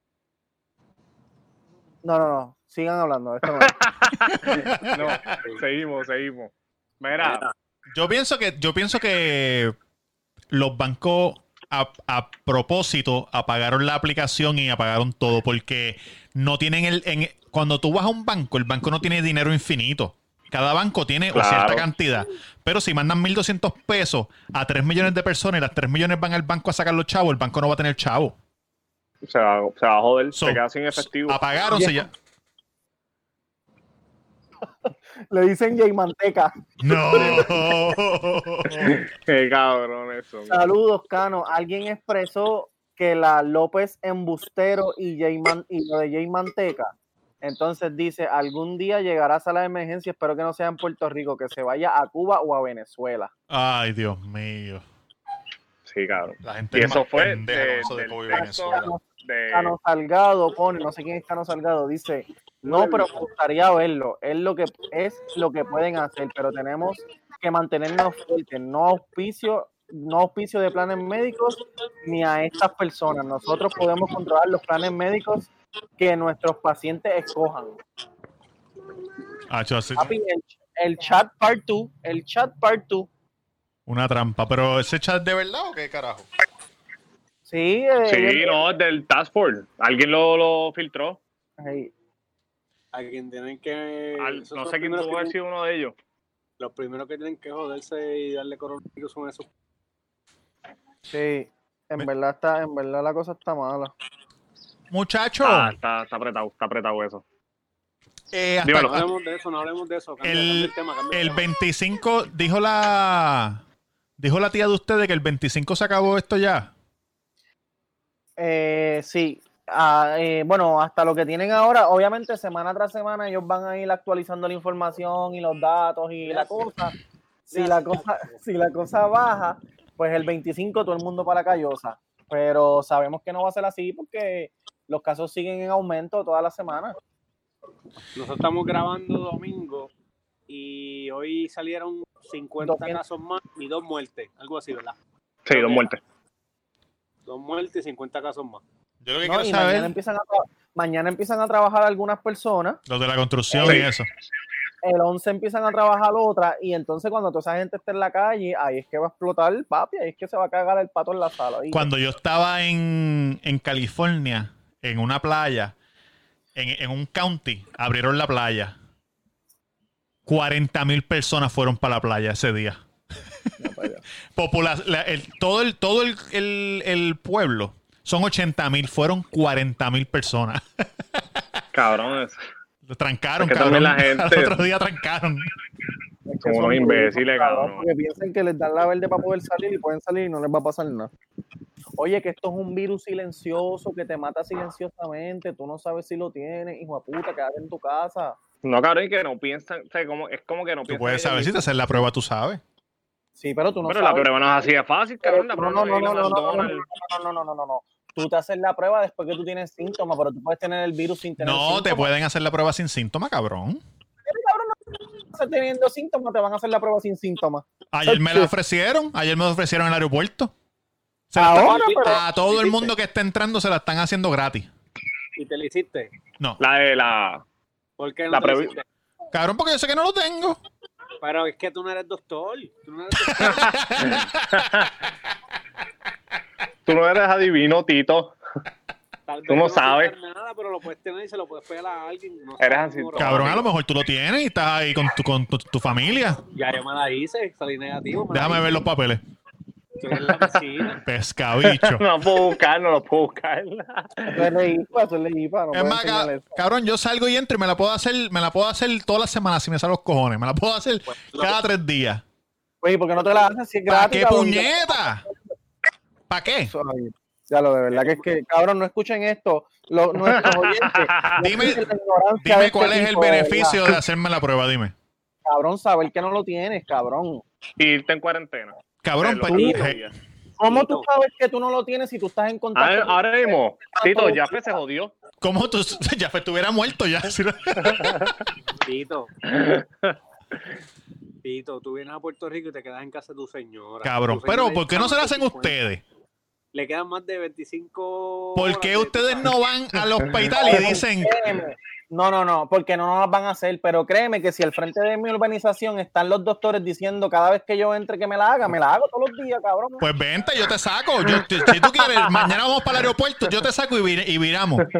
S5: No, no, no. Sigan hablando. Esto no es.
S2: No, seguimos, seguimos. Mira,
S1: Yo pienso que, yo pienso que los bancos a, a propósito apagaron la aplicación y apagaron todo porque no tienen el en- cuando tú vas a un banco el banco no tiene dinero infinito cada banco tiene o cierta
S2: Claro.
S1: cantidad pero si mandan 1200 pesos a 3 millones de personas y las 3 millones van al banco a sacar los chavos el banco no va a tener chavo
S2: se va, se va a joder,
S1: So, ah.
S2: se queda sin efectivo.
S1: apagaron se ya
S5: Le dicen Jay Manteca.
S1: no
S2: Qué cabrón eso.
S5: Saludos, Cano. Alguien expresó que la López Embustero y, Jay Man- y lo de Jay Manteca. Entonces dice: algún día llegará a sala de emergencia. Espero que no sea en Puerto Rico, que se vaya a Cuba o a Venezuela.
S1: ay Dios mío
S2: Sí, cabrón.
S1: la
S2: Y
S1: gente
S2: eso fue
S1: pendeja con
S2: de-
S1: eso de
S2: del
S1: Cuba y
S2: texto-
S1: Venezuela.
S2: De,
S5: Cano Salgado pone, no sé quién es Cano Salgado, dice, no, pero me gustaría verlo, es lo que es lo que pueden hacer, pero tenemos que mantenernos fuertes, no auspicio, no auspicio de planes médicos ni a estas personas. Nosotros podemos controlar los planes médicos que nuestros pacientes escojan.
S1: Ah, yo sé-
S5: Papi, el, el chat part 2, el chat part 2.
S1: Una trampa, pero ese chat de verdad o qué carajo?
S5: Sí, eh,
S2: sí,
S5: yo-
S2: no, del Task Force. Alguien lo, lo filtró.
S5: Ay,
S4: A quien tienen que.
S2: Al-
S4: esos son
S2: no
S4: los
S2: sé quién
S4: primeros
S2: tuvo
S4: que
S2: que haber
S4: tienen-
S2: sido uno de ellos.
S4: Los primeros que tienen que joderse y darle coronavirus son esos.
S5: sí, en
S1: Me-
S5: verdad está, en verdad la cosa está mala.
S1: Muchacho,
S2: Ah, está, está apretado, está apretado eso.
S1: eh, hasta-
S2: dímelo.
S4: No hablemos de eso, no hablemos de eso. Cambia,
S1: El-
S4: cambia el tema, cambia el
S1: el
S4: tema.
S1: 25, dijo la dijo la tía de ustedes que el 25 se acabó esto ya.
S5: Eh, sí. Ah, eh, bueno, hasta lo que tienen ahora, obviamente semana tras semana ellos van a ir actualizando la información y los datos y la cosa. Si la cosa, si la cosa baja, pues el 25 todo el mundo para la callosa. Pero sabemos que no va a ser así porque los casos siguen en aumento toda la semana.
S4: Nosotros estamos grabando domingo y hoy salieron 50
S5: Doscientos.
S4: casos más y dos muertes, algo así, ¿verdad?
S2: Sí, dos muertes.
S4: Dos muertes y 50 casos más.
S1: Yo lo que
S5: No,
S1: quiero
S5: y mañana
S1: saber,
S5: empiezan, a tra- mañana empiezan a trabajar algunas personas,
S1: los de la construcción y eso.
S5: el 11 empiezan a trabajar otras, y entonces cuando toda esa gente esté en la calle, ahí es que va a explotar el papi, ahí es que se va a cagar el pato en la sala. Y
S1: Cuando yo estaba en, en California, en una playa, en, en un county, abrieron la playa. 40 mil personas fueron para la playa ese día. Popula- la- el- todo el, todo el, el- el pueblo son 80 mil, fueron 40 mil personas.
S2: Cabrón, es
S1: Lo trancaron,
S2: Es que también
S1: cabrón.
S2: la gente-
S1: Al otro día trancaron.
S5: es que
S2: como
S5: son
S2: unos imbéciles,
S5: brutos,
S2: cabrón.
S5: Porque piensan que les dan la verde para poder salir y pueden salir y no les va a pasar nada. Oye, que esto es un virus silencioso que te mata silenciosamente, tú no sabes si lo tienes, hijo de puta, quédate en tu casa.
S2: No, cabrón, y que no piensan, o sea, como, es como que no
S1: Tú
S2: piensan.
S1: puedes
S2: ellos
S1: saber si te
S2: mismos.
S1: haces la prueba, tú sabes.
S5: Sí, pero tú no
S2: Pero
S5: sabes.
S2: la prueba no es así de fácil, cabrón.
S5: Pero-
S2: La
S5: no,
S2: prueba
S5: no,
S2: es
S5: no,
S2: ir
S5: no,
S2: a
S5: no, no, no, no,
S2: McDonald's.
S5: no, no, no, no, no, no. Tú te haces la prueba después que tú tienes síntomas, pero tú puedes tener el virus sin tener
S1: No,
S5: síntomas.
S1: te pueden hacer la prueba sin síntoma, cabrón.
S5: Estás teniendo síntomas, te van a hacer la prueba sin síntomas.
S1: Ayer me la ofrecieron, ayer me la ofrecieron en el aeropuerto. Se la
S5: Ahora,
S1: están-
S5: pero-
S1: a todo el mundo que está entrando se la están haciendo gratis.
S4: ¿Y te lo hiciste?
S1: No,
S2: La de la.
S4: ¿Por qué no
S2: La
S4: te lo
S2: previ-
S4: hiciste?
S1: cabrón, porque yo sé que no lo tengo.
S4: Pero es que tú no eres doctor. Tú no eres doctor.
S2: Tú no eres adivino, Tito.
S4: Tal vez
S2: Tú no sabes.
S4: tienes nada, pero lo puedes tener y se lo puedes pegar a alguien. No
S2: Eres
S4: sabes,
S2: así,
S1: Cabrón, a lo mejor tú lo tienes y estás ahí con tu, con tu, tu familia.
S4: Ya yo me la hice, salí negativo. me la
S1: Déjame
S4: hice.
S1: ver los papeles.
S4: Estoy en la piscina.
S1: Pescabicho.
S2: No lo puedo buscar, no lo puedo buscar.
S5: Eso es ley, pues, eso es ley, pa, no
S1: Es
S5: puedes
S1: más, ca-
S5: enseñarle eso.
S1: cabrón, yo salgo y entro y me la puedo hacer, me la puedo hacer todas las semanas si me salen los cojones. Me la puedo hacer cada tres días.
S5: Oye, ¿por qué no te la haces si es
S1: ¿Para
S5: gratis?
S1: qué
S5: cabrón?
S1: puñeta? ¿Para qué?
S5: Ay, Ya lo de verdad que es que, cabrón, no escuchen esto. Lo, nuestros oyentes. no
S1: Dime-
S5: escuchen la ignorancia de
S1: Dime
S5: este
S1: cuál es el
S5: tipo, de verdad.
S1: beneficio de hacerme la prueba, dime.
S5: Cabrón, saber que no lo tienes, cabrón.
S2: Y irte en cuarentena.
S1: Cabrón,
S2: Te lo
S1: pues,
S2: juro,
S1: eh,
S2: ya.
S5: ¿Cómo tú sabes que tú no lo tienes si tú estás en contacto?
S2: Ahora,
S5: con-
S2: ahora mismo, Tito, ya pues se jodió.
S1: ¿cómo tú? Ya pues, estuviera muerto ya. si no-
S4: Tito. Tito, tú vienes a Puerto Rico y te quedas en casa de tu señora.
S1: Cabrón,
S4: Tu señora
S1: pero
S4: ya
S1: ¿por qué no se
S4: está
S1: la
S4: más de
S1: hacen
S4: 50.
S1: ustedes?
S4: Le quedan más de 25.
S1: ¿Por qué
S4: horas de-
S1: ustedes no van al hospital y dicen,
S5: Créeme. No, no, no, porque no nos las van a hacer, pero créeme que si al frente de mi urbanización están los doctores diciendo cada vez que yo entre que me la haga, me la hago todos los días, cabrón.
S1: pues vente, yo te saco? Yo- te- si tú quieres, mañana vamos para el aeropuerto, yo te saco y, vir- y viramos.
S5: Mañana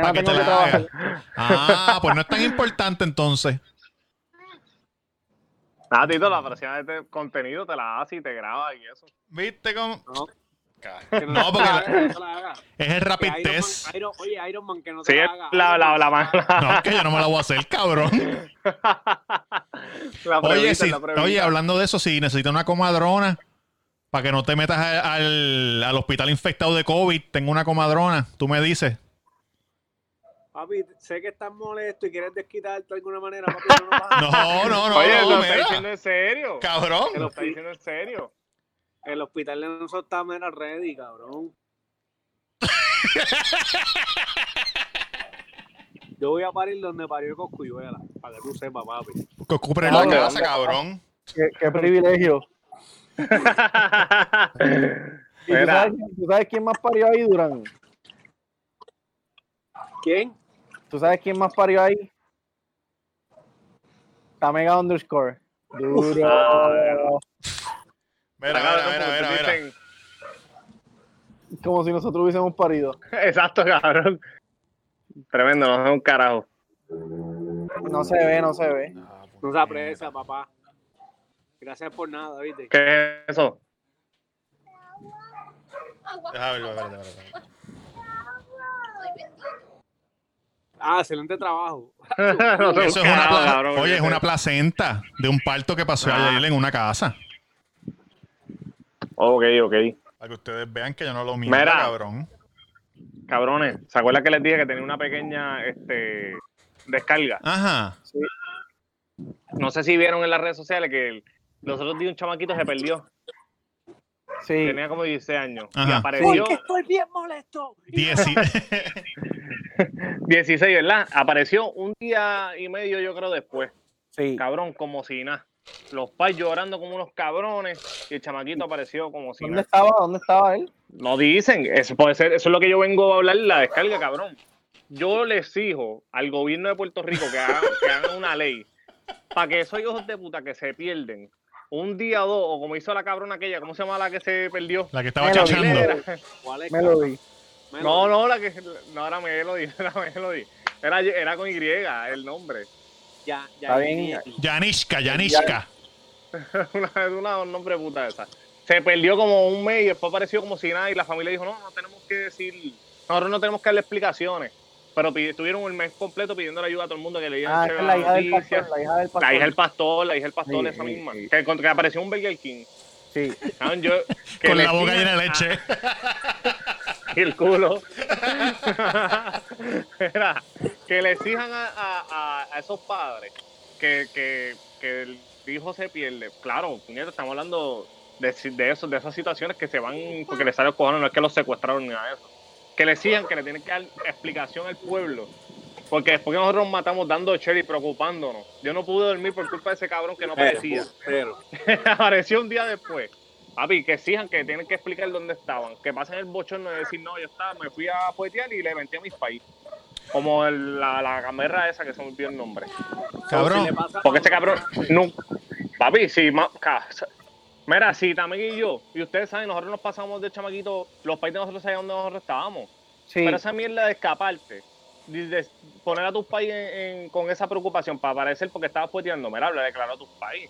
S1: para que te
S5: tengo que
S1: la
S5: trabajar.
S1: Ah, pues no es tan importante entonces.
S2: Nada, Ah, Tito, la presión de este contenido te la hace y te graba y eso.
S1: ¿Viste cómo?
S4: No.
S1: Ca-
S4: Que
S1: No,
S4: te
S1: porque
S4: la
S1: la-
S4: haga, no te la haga.
S1: Es el
S4: Que
S1: rapid
S4: Iron Man-
S1: test.
S4: Iron- oye, Iron Man, que no te
S2: Sí,
S4: la haga.
S2: la,
S4: Iron
S2: la,
S4: Man,
S2: la, la, la,
S1: No, que yo no me la voy a hacer, cabrón.
S2: la
S1: Oye,
S2: prevista,
S1: si-
S2: la prevista.
S1: oye, hablando de eso, si necesitas una comadrona para que no te metas a- al, al hospital infectado de COVID, tengo una comadrona, tú me dices.
S4: Papi, sé que estás molesto y quieres desquitarte de alguna manera, papi. No, nos vas
S1: No,
S4: a-
S1: no, no,
S2: Oye,
S1: no,
S2: lo está
S1: mira,
S2: diciendo en serio.
S1: cabrón.
S2: Lo está diciendo en serio.
S4: El hospital de nosotros está mera ready, cabrón. Yo voy a parir donde parió Coscuyuela, para que tú sepas, papi.
S1: Cocupre en la
S5: No,
S1: casa,
S5: no.
S1: cabrón.
S5: Qué, qué privilegio. ¿Y tú
S2: Mira.
S5: sabes, tú sabes quién más parió ahí, Durán?
S4: ¿Quién?
S5: ¿Tú sabes quién más parió ahí? Tamega underscore. Duro.
S1: Mira, mira, mira, mira, mira.
S2: Dicen-
S5: Como si nosotros hubiésemos parido.
S2: Exacto, cabrón. Tremendo, no es un carajo.
S5: No se ve, no se ve.
S4: No se aprecia, papá. Gracias por nada, viste.
S2: ¿Qué es eso?
S1: Deja verlo, espérate, espérate, espérate.
S4: Ah, excelente trabajo.
S2: No sé,
S1: Eso
S2: un
S1: es una
S2: carajo,
S1: pla-
S2: cabrón.
S1: Oye, es una placenta de un parto que pasó
S2: Ah.
S1: ayer en una casa.
S2: Ok, ok.
S1: Para que ustedes vean que yo no lo miro,
S2: Mira.
S1: cabrón.
S2: Cabrones, ¿se acuerdan que les dije que tenía una pequeña este, descarga?
S1: Ajá.
S2: No sé si vieron en las redes sociales que el- los otros días un chamaquito se perdió.
S5: Sí.
S2: Tenía como 16 años. Y
S1: Ajá.
S2: apareció
S4: estoy bien molesto.
S1: Dieci-
S2: 16, ¿verdad? Apareció un día y medio, yo creo, después.
S5: Sí.
S2: Cabrón, como si nada. los pais llorando como unos cabrones y el chamaquito apareció como si
S5: ¿Dónde
S2: nada.
S5: estaba? ¿Ddónde estaba él?
S2: No dicen, eso puede ser, eso es lo que yo vengo a hablar en la descarga, cabrón. Yo le exijo al gobierno de Puerto Rico que haga- que hagan una ley para que esos hijos de puta que se pierden un día o dos, o como hizo la cabrona aquella, ¿cómo se llama la que se perdió?
S1: La que estaba
S5: Melody.
S1: chachando.
S2: Aguilera.
S4: ¿Cuál es? cabrón?
S5: Melody.
S2: No,
S4: Melody.
S2: no, la que. No, era Melody, era Melody. Era, era con Y el nombre.
S4: Ya, ya.
S5: Está bien.
S1: Yanishka, Yanishka.
S2: Una vez una un nombre de puta de esa. Se perdió como un mes y después apareció como si nada y la familia dijo, no, no tenemos que decir, nosotros no tenemos que darle explicaciones. Pero pi- estuvieron el mes completo pidiendo ayuda a todo el mundo que le dieran
S5: Ah,
S2: que
S5: esa es
S2: la
S5: la hija del
S2: noticia.
S5: pastor. La hija del pastor.
S2: La hija del pastor, la hija del pastor,
S5: Sí,
S2: esa
S5: sí,
S2: misma.
S5: sí.
S2: Que, con- que apareció un Burger King.
S5: Sí.
S2: ¿Saben? Yo, que
S1: Con
S2: le
S1: la boca
S2: estima-
S1: llena de leche.
S2: y el culo. Era, que le exijan a, a- a- a esos padres que, que- que el hijo se pierde. Claro, puñeta, estamos hablando de, si- de, eso, de esas situaciones que se van porque le sale los cojones, no es que los secuestraron ni nada de eso. Que le exijan que le tienen que dar explicación al pueblo. Porque después que nosotros matamos dando cherry, preocupándonos. Yo no pude dormir por culpa de ese cabrón que no aparecía.
S4: Pero,
S2: apareció un día después. Papi, que exijan que tienen que explicar dónde estaban. Que pasen el bochorno de decir, no, yo estaba, me fui a poetear y le mentí a mis país. Como el- la, la gamberra esa que se me olvidó el nombre. Ah,
S1: Cabrón.
S2: Porque este cabrón. No, papi, si. ma- ca- mira, si también y yo, y ustedes saben, nosotros nos pasamos de chamaquito, los países de nosotros sabían dónde nosotros estábamos.
S5: Sí.
S2: Pero esa mierda de escaparte, de, de poner a tus pais en- en- con esa preocupación para aparecer porque estabas puteando, mira, le declaró a tus pais.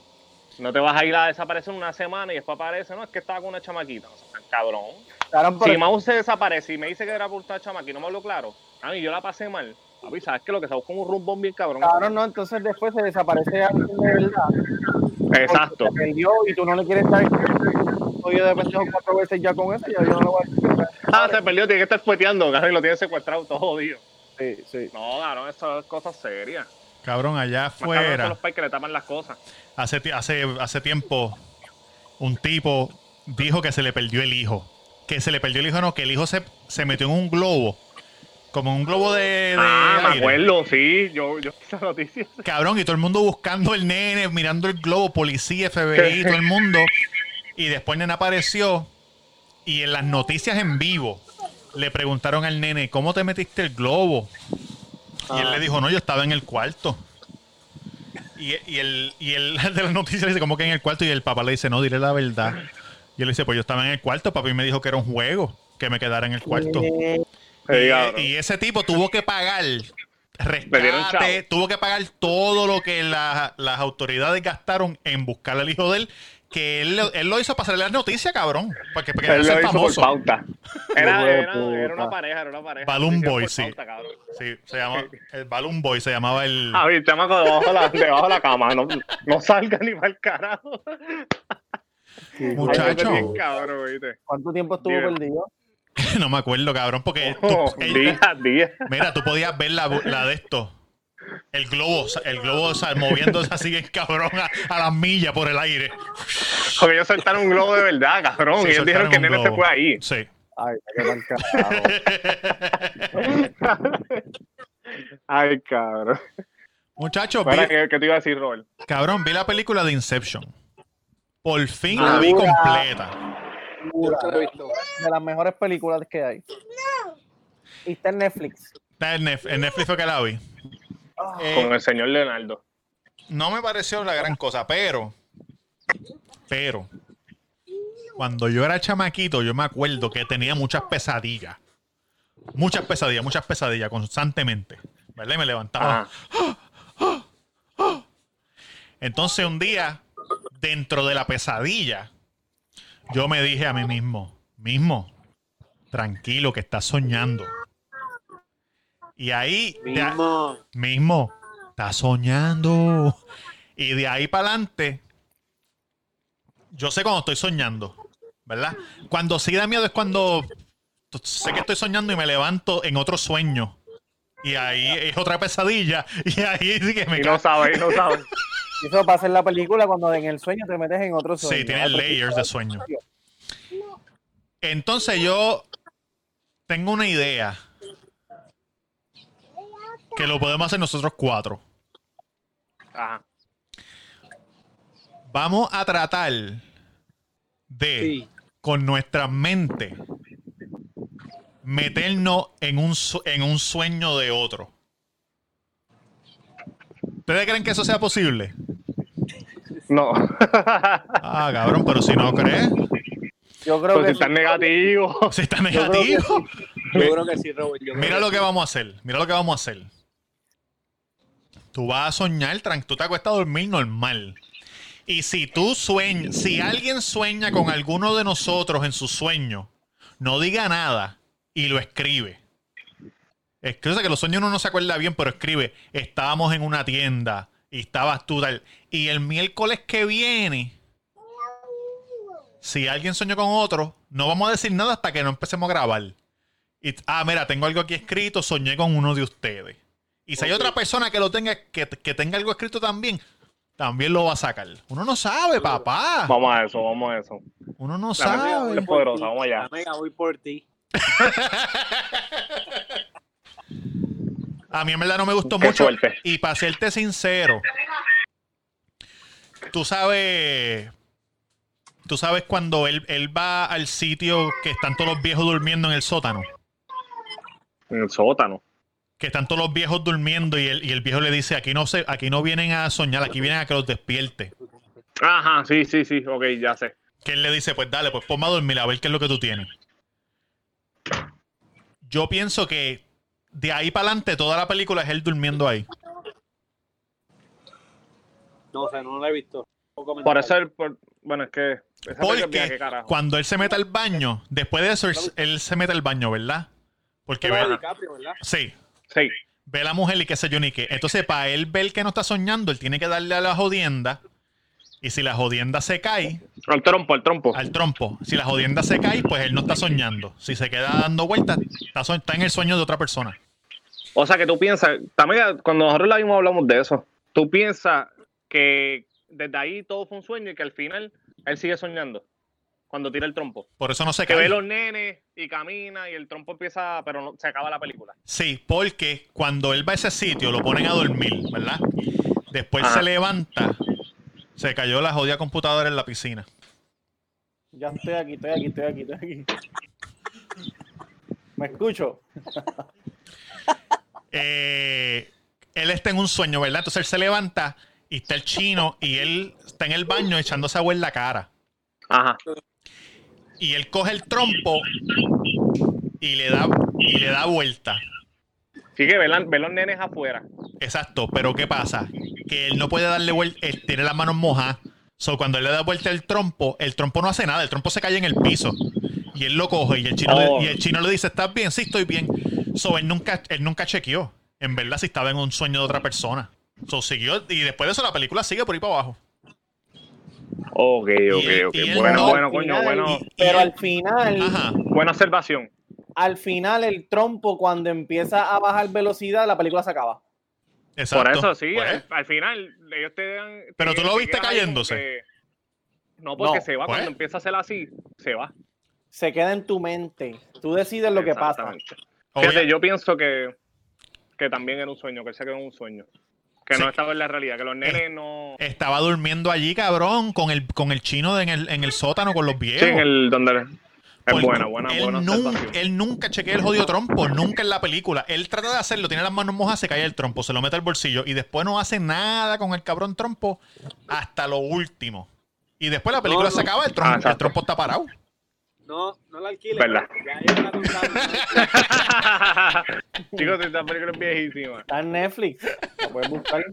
S2: No te vas a ir a desaparecer una semana y después aparece, no, es que estaba con una chamaquita. No seas tan cabrón.
S5: Cabrón, pero-
S2: Si Mau se desaparece y me dice que era por una chamaquita y no me hablo claro, a mí yo la pasé mal. Papi, ¿sabes que Lo que se busca es un rumbón bien cabrón.
S5: cabrón, no, entonces después se desaparece alguien de verdad.
S2: Exacto.
S5: Porque Se perdió y tú no le quieres estar. Oye, de pendejo cuatro veces ya con eso, ya yo no lo voy a
S2: Ah, se perdió, tiene que estar fueteando, cabrón, y lo tiene secuestrado todo jodido.
S5: Sí, sí.
S2: No, cabrón, eso es cosa seria.
S1: Cabrón, allá
S2: Más cabrón son
S1: afuera.
S2: los pais que le tapan las cosas.
S1: Hace, ti- hace, hace tiempo, un tipo dijo que se le perdió el hijo. Que se le perdió el hijo, no, que el hijo se, se metió en un globo. Como en un globo de. de
S2: ah, me
S1: aire.
S2: acuerdo, sí, yo, yo esa noticia.
S1: Cabrón, y todo el mundo buscando el nene, mirando el globo, policía, FBI, todo el mundo. Y después el nene apareció. Y en las noticias en vivo le preguntaron al nene, ¿cómo te metiste el globo? Y él le dijo, no, yo estaba en el cuarto. Y, y el, y el de las noticias le dice, ¿cómo que en el cuarto? Y el papá le dice, no, dile la verdad. Y él dice, pues yo estaba en el cuarto, papi me dijo que era un juego, que me quedara en el cuarto.
S2: Sí,
S1: Y, eh,
S2: cabrón.
S1: y ese tipo tuvo que pagar
S2: Le dieron
S1: rescate,
S2: chavo.
S1: tuvo que pagar todo lo que la- las autoridades gastaron en buscar al hijo de él, que él, lo- él lo hizo para salir las noticias, cabrón, para que, para que
S2: Él
S1: sea
S2: lo hizo por
S1: famoso.
S2: pauta. Era,
S5: de
S2: era, era
S5: puta.
S2: una pareja, era una pareja.
S1: Balloon
S2: Lo hicieron
S1: Boy,
S2: por
S1: sí.
S2: pauta, cabrón.
S1: Sí, se llama el Balloon Boy, se llamaba el...
S2: A ver, chamaco, debajo de la, debajo de la cama, no, no salga ni para el carajo. Ay,
S1: Muchacho.
S2: yo también, cabrón, ¿viste?
S5: ¿Cuánto tiempo estuvo
S2: Mira.
S5: perdido?
S1: no me acuerdo, cabrón, porque tú-
S2: Oh,
S1: él-
S2: día, día.
S1: mira, tú podías ver la, la de esto. El globo, el globo o sea, moviéndose así bien cabrón a, a las millas por el aire.
S2: Porque ellos soltaron un globo de verdad, cabrón.
S1: Sí,
S2: y ellos
S1: soltaron
S2: dijeron que
S1: un
S2: el nene se
S1: globo.
S2: fue ahí.
S1: Sí.
S5: Ay, qué mal carajo.
S2: Ay, cabrón.
S1: Muchachos,
S2: Ahora,
S1: vi-
S2: ¿qué, qué te iba a decir, Robert?
S1: Cabrón, vi la película de Inception. Por fin la
S5: Ah,
S1: vi
S5: mira.
S1: completa.
S4: Nunca lo he visto.
S5: De las mejores películas que hay. Y está en Netflix.
S1: Está en Nef- en Netflix fue que la vi.
S5: Ah,
S1: Eh,
S2: Con el señor Leonardo.
S1: no me pareció la gran cosa, pero. Pero. Cuando yo era chamaquito, yo me acuerdo que tenía muchas pesadillas. Muchas pesadillas, muchas pesadillas, constantemente. ¿Verdad? Y me levantaba.
S2: Ajá.
S1: Entonces un día, dentro de la pesadilla, yo me dije a mí mismo, mismo, tranquilo que estás soñando. Y ahí, de a-
S4: Mismo.
S1: mismo, estás soñando. Y de ahí para adelante, yo sé cuando estoy soñando, ¿verdad? Cuando sí da miedo es cuando t- sé que estoy soñando y me levanto en otro sueño. Y ahí es otra pesadilla. Y ahí sí que me
S2: Y no sabe, y no sabe.
S5: y Eso pasa en la película cuando en el sueño te metes en otro sueño.
S1: Sí, tiene
S5: Ah,
S1: layers de sueño. Entonces yo tengo una idea
S2: Ah,
S1: que lo podemos hacer nosotros cuatro.
S2: Ajá.
S1: Vamos a tratar de,
S4: Sí.
S1: con nuestra mente, meternos en un, su- en un sueño de otro. ¿Ustedes creen que eso sea posible?
S2: No.
S1: Ah, cabrón, pero si no crees,
S5: Yo creo
S2: Pero si
S5: que.
S2: estás negativo.
S1: si está
S4: Yo creo que
S1: negativo.
S4: sí. Yo creo que sí, Robert. yo creo
S1: Mira lo que vamos a hacer. Mira lo que vamos a hacer. Tú vas a soñar, tran- tú te acuestas a dormir normal. Y si tú sueñas, si alguien sueña con alguno de nosotros en su sueño, no diga nada y lo escribe. Escribe, o sea, que los sueños uno no se acuerda bien, pero escribe, estábamos en una tienda y estabas tú tal. Y el miércoles que viene, si alguien soñó con otro, no vamos a decir nada hasta que no empecemos a grabar. Y- ah, mira, tengo algo aquí escrito, soñé con uno de ustedes. Y si hay otra persona que lo tenga, que, que tenga algo escrito también, también lo va a sacar. Uno no sabe, papá.
S2: Vamos a eso, vamos a eso.
S1: Uno no
S5: Ah,
S4: que- Amiga,
S1: sabe.
S4: voy
S2: Es
S4: por
S2: poderosa,
S4: ti.
S2: vamos allá.
S4: Amiga, voy por ti.
S1: A mí en verdad no me gustó
S2: Qué
S1: mucho.
S2: suerte.
S1: Y para serte sincero, tú sabes, tú sabes cuando él, él va al sitio que están todos los viejos durmiendo en el sótano.
S2: En el sótano.
S1: que están todos los viejos durmiendo y el, y el viejo le dice aquí no se, aquí no vienen a soñar, aquí vienen a que los despierte.
S2: Ajá, sí, sí, sí. Ok, ya sé.
S1: Que él le dice, pues dale, pues ponme a dormir a ver qué es lo que tú tienes. Yo pienso que de ahí para adelante toda la película es él durmiendo ahí.
S4: No sé, no la he visto. No puedo
S2: Por
S4: comentar.
S2: eso, el- por- bueno, es que. esa película,
S1: Porque
S2: ¿qué carajo?
S1: cuando él se mete al baño, después de eso él, él se mete al baño, ¿verdad? Porque
S4: Pero de
S1: ve,
S4: DiCaprio, ¿verdad?
S1: sí,
S2: Sí.
S1: ve a la mujer y qué sé yo ni qué. Entonces para él ver que no está soñando, él tiene que darle a la jodienda. Y si la jodienda se cae,
S2: Al trompo, al trompo.
S1: al trompo. Si la jodienda se cae, pues él no está soñando. Si se queda dando vueltas, está, so- está en el sueño de otra persona.
S2: O sea, que tú piensas. También cuando nosotros la vimos hablamos de eso. Tú piensas que desde ahí todo fue un sueño y que al final él sigue soñando. Cuando tira el trompo.
S1: Por eso no se
S2: Que ve
S1: cae.
S2: los nenes y camina y el trompo empieza, pero no- se acaba la película.
S1: Sí, porque cuando él va a ese sitio, lo ponen a dormir, ¿verdad? Después
S2: Ajá.
S1: se levanta. Se cayó la jodida computadora en la piscina.
S5: Ya estoy aquí, estoy aquí, estoy aquí, estoy aquí. ¿Me escucho?
S1: Eh, él está en un sueño, ¿verdad? Entonces él se levanta y está el chino y él está en el baño echándose agua en la cara.
S2: Ajá.
S1: Y él coge el trompo y le da, y le da vuelta.
S2: Sí que ve, la- ve los nenes afuera.
S1: Exacto, pero ¿qué pasa? Que él no puede darle vuelta, él tiene las manos mojas. So, cuando él le da vuelta el trompo, el trompo no hace nada, el trompo se cae en el piso. Y él lo coge y el chino,
S2: Oh.
S1: le, y el chino le dice, ¿estás bien? Sí, estoy bien. So, él nunca, él nunca chequeó. En verdad, si estaba en un sueño de otra persona. So, siguió, y después de eso la película sigue por ahí para abajo.
S2: Ok,
S1: él-
S2: ok, ok.
S1: y él
S2: Bueno,
S1: no-
S2: bueno,
S5: Al
S2: coño,
S5: final,
S2: bueno.
S1: y-
S5: Pero
S1: y-
S5: al final,
S1: Ajá.
S2: Buena observación.
S5: al final, el trompo, cuando empieza a bajar velocidad, la película se acaba.
S1: Exacto.
S2: Por eso sí,
S1: Pues,
S2: al, al final ellos te dan.
S1: Pero
S2: te-
S1: tú lo
S2: te
S1: viste
S2: quedas ahí
S1: cayéndose.
S2: como que- No, porque
S5: No,
S2: se va.
S1: pues.
S2: Cuando empieza a hacer así, se va.
S5: Se queda en tu mente. Tú decides lo que pasa.
S2: Exactamente.
S1: obvia-
S2: Fíjate, yo pienso que, que también era un sueño, que él se quedó en un sueño. Que
S1: Sí.
S2: no estaba en la realidad, que los nenes no.
S1: estaba durmiendo allí, cabrón, con el, con el chino en el, en el sótano con los viejos.
S2: Sí, en el. Donde, es
S1: Porque
S2: buena, buena,
S1: Pues él
S2: buena.
S1: Nunca,
S2: observación.
S1: él nunca chequea el jodido trompo, nunca en la película. Él trata de hacerlo, tiene las manos mojas, se cae el trompo, se lo mete al bolsillo y después no hace nada con el cabrón trompo hasta lo último. Y después la película
S4: No, no.
S1: se acaba, el
S2: Ah,
S1: trompo, el
S2: exacto.
S1: trompo está parado.
S4: No, no la alquiles.
S2: Verdad.
S4: Ya ella está contando.
S2: Chicos, esta película es viejísima.
S5: Está en Netflix. La puedes buscar.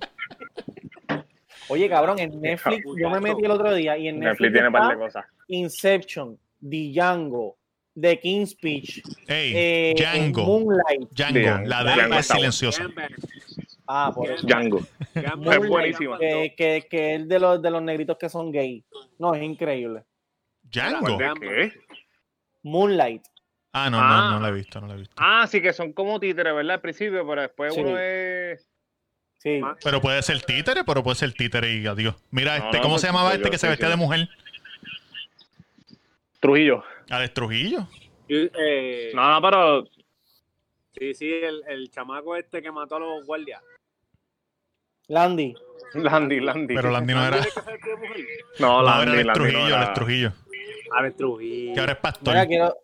S5: Oye, cabrón, en Netflix, yo me metí el otro día y en
S2: Netflix
S5: Netflix,
S2: tiene un par de
S5: está
S2: cosas.
S5: Inception, Django, The King's Speech,
S1: Ey,
S5: eh,
S1: Django,
S5: Moonlight.
S1: Django,
S2: Django.
S1: la de
S2: Django
S1: es
S2: está bueno.
S1: silenciosa.
S4: Gambit,
S5: Ah, por eso.
S2: Django.
S4: Gambit,
S2: Es buenísima.
S5: que, que, que es de los, de los negritos que son gay. No, es increíble.
S1: Django.
S2: ¿De qué?
S5: Moonlight.
S1: Ah, no, no,
S2: Ah.
S1: no la he visto, no la he visto.
S2: Ah, sí, que son como títeres, ¿verdad? Al principio, pero después
S5: Sí.
S2: uno es.
S5: Sí.
S4: Ah,
S1: Pero puede ser títere, pero puede ser títere y adiós. Mira,
S2: No,
S1: este,
S2: no,
S1: ¿cómo
S2: no,
S1: se llamaba
S2: yo
S1: este que se
S2: estoy
S1: vestía de mujer?
S2: Trujillo.
S1: Alex Trujillo.
S4: yo- eh,
S2: No, no, pero.
S4: Sí, sí, el, el chamaco este que mató a los guardias.
S5: Landy.
S2: Landy, Landy.
S1: Pero Landy no era.
S4: ¿Tiene que ser tío mujer?
S2: no,
S1: No, era
S2: Landy,
S1: Alex
S2: Landy no
S1: Trujillo,
S2: era-
S1: Alex Trujillo.
S4: Alex Trujillo.
S1: Que ahora es pastor.
S5: Mira, quiero,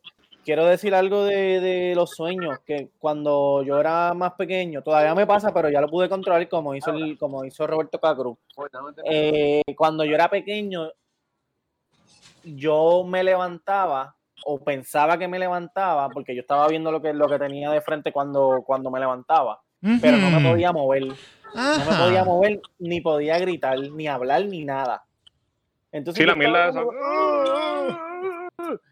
S5: quiero decir algo de, de los sueños, que cuando yo era más pequeño, todavía me pasa, pero ya lo pude controlar como hizo, el- como hizo Roberto Cacruz. Eh, cuando yo era pequeño, yo me levantaba o pensaba que me levantaba porque yo estaba viendo lo que, lo que tenía de frente cuando, cuando me levantaba, pero no me podía mover. No me podía mover, ni podía gritar, ni hablar, ni nada. Entonces,
S2: Sí, la
S5: yo estaba
S2: mierda esa.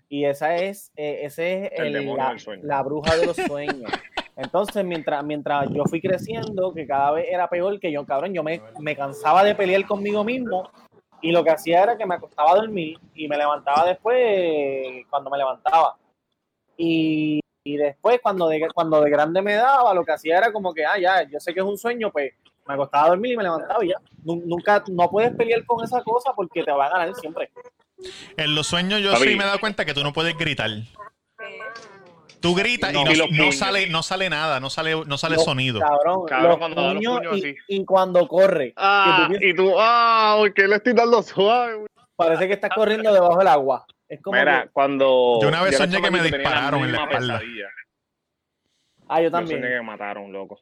S5: y esa es, eh, ese es
S2: El
S5: el-
S2: demonio
S5: la,
S2: del sueño.
S5: la bruja de los sueños. Entonces, mientras, mientras yo fui creciendo, que cada vez era peor que yo, cabrón, yo me, me cansaba de pelear conmigo mismo y lo que hacía era que me acostaba a dormir y me levantaba después eh, cuando me levantaba. Y, y después, cuando de, cuando de grande me daba, lo que hacía era como que, ah, ya, yo sé que es un sueño, pues me acostaba a dormir y me levantaba y ya. Nu- Nunca, no puedes pelear con esa cosa porque te va a ganar siempre.
S1: En los sueños yo
S2: Papi.
S1: sí me he dado cuenta que tú no puedes gritar. Tú gritas
S2: No,
S1: y
S2: y
S1: no,
S2: los
S1: no
S2: puños.
S1: sale, no sale nada, no sale, no sale
S5: Los-
S1: sonido.
S5: Cabrón,
S2: Cabrón,
S5: los
S2: cuando da los
S5: puños
S2: puños
S5: y,
S2: así.
S5: y cuando corre.
S2: Ah,
S5: Que tú
S2: y tú, ah, ¿por qué le estoy dando suave? güey?
S5: Parece que estás corriendo debajo del agua. Es como
S2: ah, Mira,
S5: que-
S2: cuando.
S1: Yo una vez
S2: era
S1: soñé que me
S2: chamaquito, tenía
S1: dispararon en la
S2: misma
S1: espalda.
S2: pesadilla.
S5: ah, yo
S2: Yo soñé
S5: también.
S2: que me mataron, loco.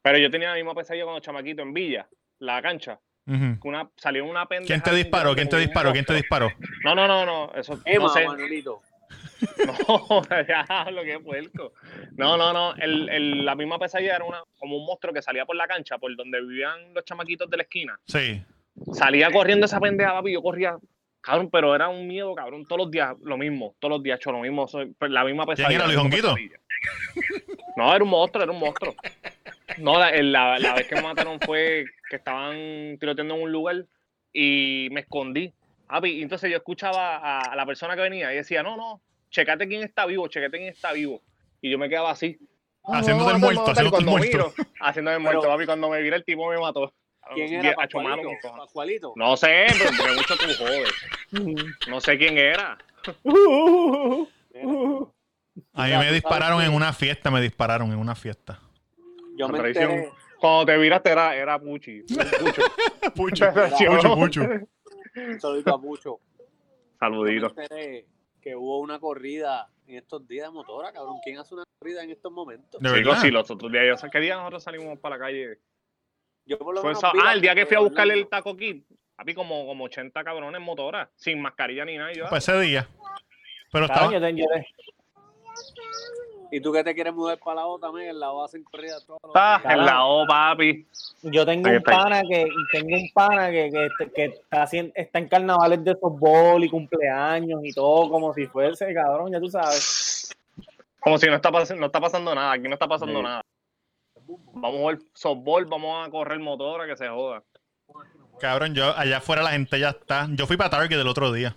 S2: Pero yo tenía la misma pesadilla cuando chamaquito en Villa, la cancha.
S1: Ujú.
S2: que Una, salió una pendeja.
S1: ¿Quién te
S2: ahí,
S1: disparó? ¿Quién te
S2: como un
S1: disparó? ¿Quién te
S2: monstruo.
S1: disparó?
S2: No, no, no, no. Eso
S4: Emma,
S2: no sé.
S4: Manuelito.
S2: No, ya, lo que puerco. No, no, no. El, el- la misma pesadilla era una, como un monstruo que salía por la cancha, por donde vivían los chamaquitos de la esquina.
S1: Sí. Eh,
S2: Salía corriendo esa pendeja, papi. Yo corría, cabrón, pero era un miedo, cabrón. Todos los días lo mismo, todos los días hecho lo mismo. soy- pues, La misma pesadilla.
S1: era,
S2: la
S1: Luis
S2: misma
S1: Honguito?
S2: pesadilla. No, era un monstruo, era un monstruo. No, la, el- la- la vez que me mataron fue que estaban tiroteando en un lugar y me escondí. Papi, y entonces yo escuchaba a, a la persona que venía y decía, no, no, checate quién está vivo, checate quién está vivo. Y yo me quedaba así. "Ah,
S1: Haciéndote
S2: me
S1: el
S2: matan,
S1: muerto,
S2: me matan". Y
S1: haciéndote el
S2: cuando
S1: muerto.
S2: miro, Haciéndome el muerto,
S4: Pero-
S2: papi. Cuando me vira el tipo me mató.
S4: ¿Quién
S2: Die-
S4: era?
S2: acho, mano, con cojones.
S4: Pascualito. Pascualito.
S2: No sé, pero pero mucho tú jodes. No sé quién era.
S1: A mí
S4: Mira,
S1: me
S4: tú
S1: dispararon
S4: sabes
S1: en
S4: que-
S1: una fiesta, me dispararon en una fiesta.
S4: Yo
S2: La
S4: me
S2: traición.
S4: enteré.
S2: Cuando te viraste era, era Puchi. Pucho.
S1: Pucho,
S2: Te
S1: pucho,
S2: traicionó.
S1: pucho.
S4: Saludito a Pucho. Yo
S2: Saludito.
S4: me enteré que hubo una corrida en estos días de motora, cabrón. ¿Quién hace una corrida en estos momentos?
S1: De
S2: Chicos,
S1: verdad.
S2: sí, los otros días. yo sé, ¿Qué día nosotros salimos para la calle?
S4: Yo por lo
S2: Fue
S4: menos
S2: esa-
S4: vi la-
S2: ah, el día que fui a
S4: de
S2: buscarle el
S4: Orlando.
S2: taco kit. Había como, como 80 cabrones en motora, sin mascarilla ni nada. y yo,
S1: Pues ese día. Pero estaba.
S5: Cabrón, yo te- yo te-
S4: ¿Y tú que te quieres mudar para la otra, también? En la base en corrida todos los
S2: "Ah,
S4: días.
S2: en la O, papi.
S5: Yo tengo
S2: Ahí
S5: un
S2: está.
S5: pana que tengo un pana que, que, este, que está, haciendo, está en carnavales de softball y cumpleaños y todo como si fuese, cabrón, ya tú sabes.
S2: Como si no está, pas- no está pasando nada. Aquí no está pasando nada. Vamos a jugar softball, vamos a correr motora, que se joda.
S1: Cabrón, yo allá afuera la gente ya está. Yo fui para Target el otro día.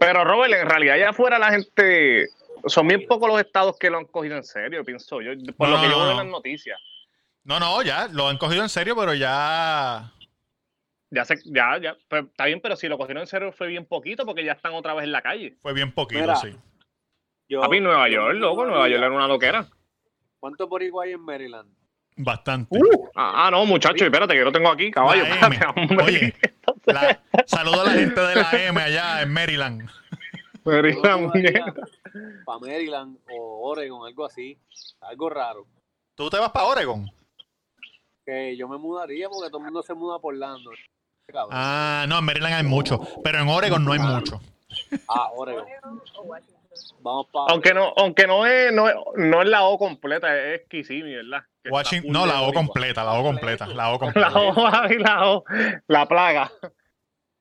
S2: Pero Robert, en realidad allá afuera la gente son bien pocos los estados que lo han cogido en serio, pienso yo, por
S1: No,
S2: lo que
S1: no,
S2: yo veo en
S1: no.
S2: las noticias.
S1: No, no, ya. Lo han cogido en serio, pero ya.
S2: Ya se, ya, ya, pero está bien, pero si lo cogieron en serio fue bien poquito porque ya están otra vez en la calle.
S1: Fue bien poquito,
S4: Mira.
S1: sí.
S4: Yo-
S2: Papi, Nueva
S4: yo
S2: York,
S4: vi
S2: loco,
S4: una
S2: Nueva York
S4: corrida.
S2: era una loquera.
S4: ¿Cuánto por igual hay en Maryland?
S1: Bastante.
S2: Ah, ah, no, muchacho, espérate, que lo tengo aquí, caballo.
S1: La M.
S2: espérate, hombre.
S1: Oye, la- saludo a la gente de la M allá en Maryland.
S2: Pero y la muñeca.
S4: Para Maryland o Oregon, algo así. Algo raro.
S1: ¿Tú te vas para Oregon?
S4: Que yo me mudaría porque todo el mundo se muda por Orlando. Cabrón.
S1: Ah, no, en Maryland hay mucho, pero en Oregon no hay mucho.
S4: Ah, Oregon. Vamos para.
S2: Aunque no, aunque no es, no es, no es la O completa, es Kissimmee, ¿verdad? Que está
S1: Washington,
S2: full
S1: no,
S2: de
S1: la O
S2: boricua.
S1: completa, la O completa, la O
S2: La
S1: completa.
S2: O, papi, la O, la plaga.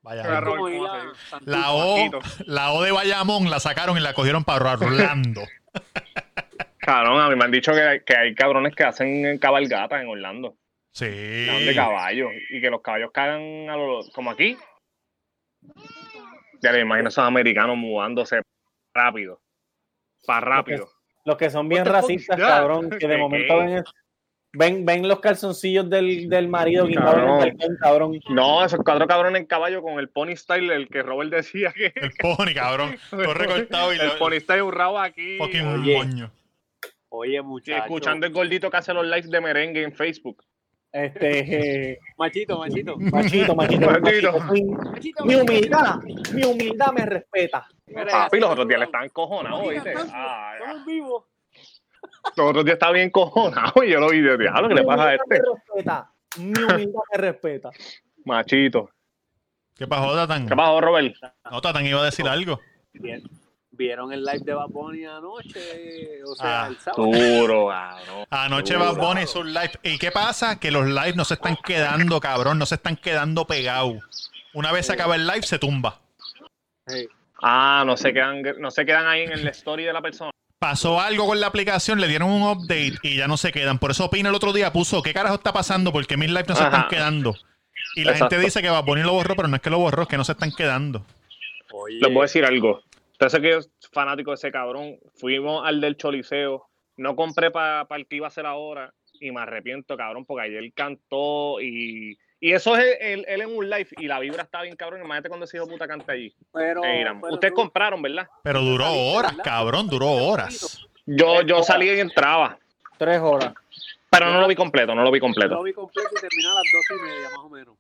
S1: Vaya,
S2: Robert,
S4: como ir
S2: ¿cómo
S4: a
S2: hace?
S4: Santurce.
S1: la O,
S2: Paquito.
S1: la O de Bayamón la sacaron y la cogieron para Orlando.
S2: Cabrón, a mí me han dicho que, que hay cabrones que hacen cabalgatas en Orlando.
S1: Sí.
S2: que van de caballos. Y que los caballos cagan a lo- como aquí. Ya le imagino esos americanos mudándose rápido. Para rápido.
S5: Los que son bien
S2: What the fuck
S5: racistas,
S2: is that?
S5: cabrón, que de
S2: ¿Qué,
S5: momento
S2: qué?
S5: ven, el- ven, ven los calzoncillos del, del marido guindados en el
S2: Cabrón.
S5: balcón, cabrón.
S2: No, esos cuatro cabrones en caballo con el pony style, el que Robert decía que.
S1: El pony, cabrón. Todo recortado y
S2: el
S1: lo-
S2: pony style urrado aquí. eh,
S1: fucking
S4: Oye.
S1: moño.
S4: Oye,
S2: Y
S4: muchachos.
S2: escuchando el gordito que hace los lives de merengue en Facebook.
S5: Este, eh,
S4: Machito, machito.
S5: machito, machito,
S2: Machito.
S5: machito. Mi,
S4: Machito,
S5: mi
S4: machito.
S5: humildad, mi humildad me respeta.
S4: Mira,
S2: Papi, los otros días le
S4: estamos-
S2: estaban cojonados, ¿viste?
S4: estamos-
S2: Ah,
S4: Estamos vivos.
S2: los otros días estaba bien cojonado y yo lo vi de diablo, ¿qué le pasa a
S5: Mi humildad
S2: este?
S5: me respeta. Mi humildad me respeta.
S2: Machito.
S1: ¿Qué pasó, Tatan?
S2: ¿Qué pasó, Robert?
S1: No, Tatan iba a decir algo.
S4: Bien. Vieron el live de Bad Bunny anoche, o sea,
S1: Ah,
S4: el sábado.
S2: Duro, cabrón.
S1: Anoche
S2: Duro.
S1: Bad Bunny hizo un live. ¿Y qué pasa? Que los lives no se están quedando, cabrón. No se están quedando pegados. Una vez se acaba el live, se tumba.
S4: Hey,
S2: Ah, no se quedan, no se quedan ahí en el story de la persona.
S1: Pasó algo con la aplicación, le dieron un update y ya no se quedan. Por eso Pina el otro día puso, ¿qué carajo está pasando? Porque mis lives no se
S2: Ajá.
S1: están quedando. Y la
S2: Exacto.
S1: gente dice que Bad Bunny lo borró, pero no es que lo borró, es que no se están quedando.
S4: oye,
S2: Les voy a decir algo. Entonces que yo soy fanático de ese cabrón. Fuimos al del Choliseo. No compré para el que iba a hacer ahora. Y me arrepiento, cabrón, porque ayer cantó y. Y eso es él, él en un live y la vibra está bien cabrón. Imagínate cuando ese hijo de puta canta allí.
S4: pero,
S2: en Irán.
S4: pero
S2: Ustedes
S4: tú-
S2: compraron, ¿verdad?
S1: Pero duró horas, cabrón, duró horas.
S2: Yo, yo salí y entraba,
S5: Tres horas.
S2: pero no lo vi completo, no lo vi completo.
S4: Lo vi completo y terminé a las dos y media, más o menos.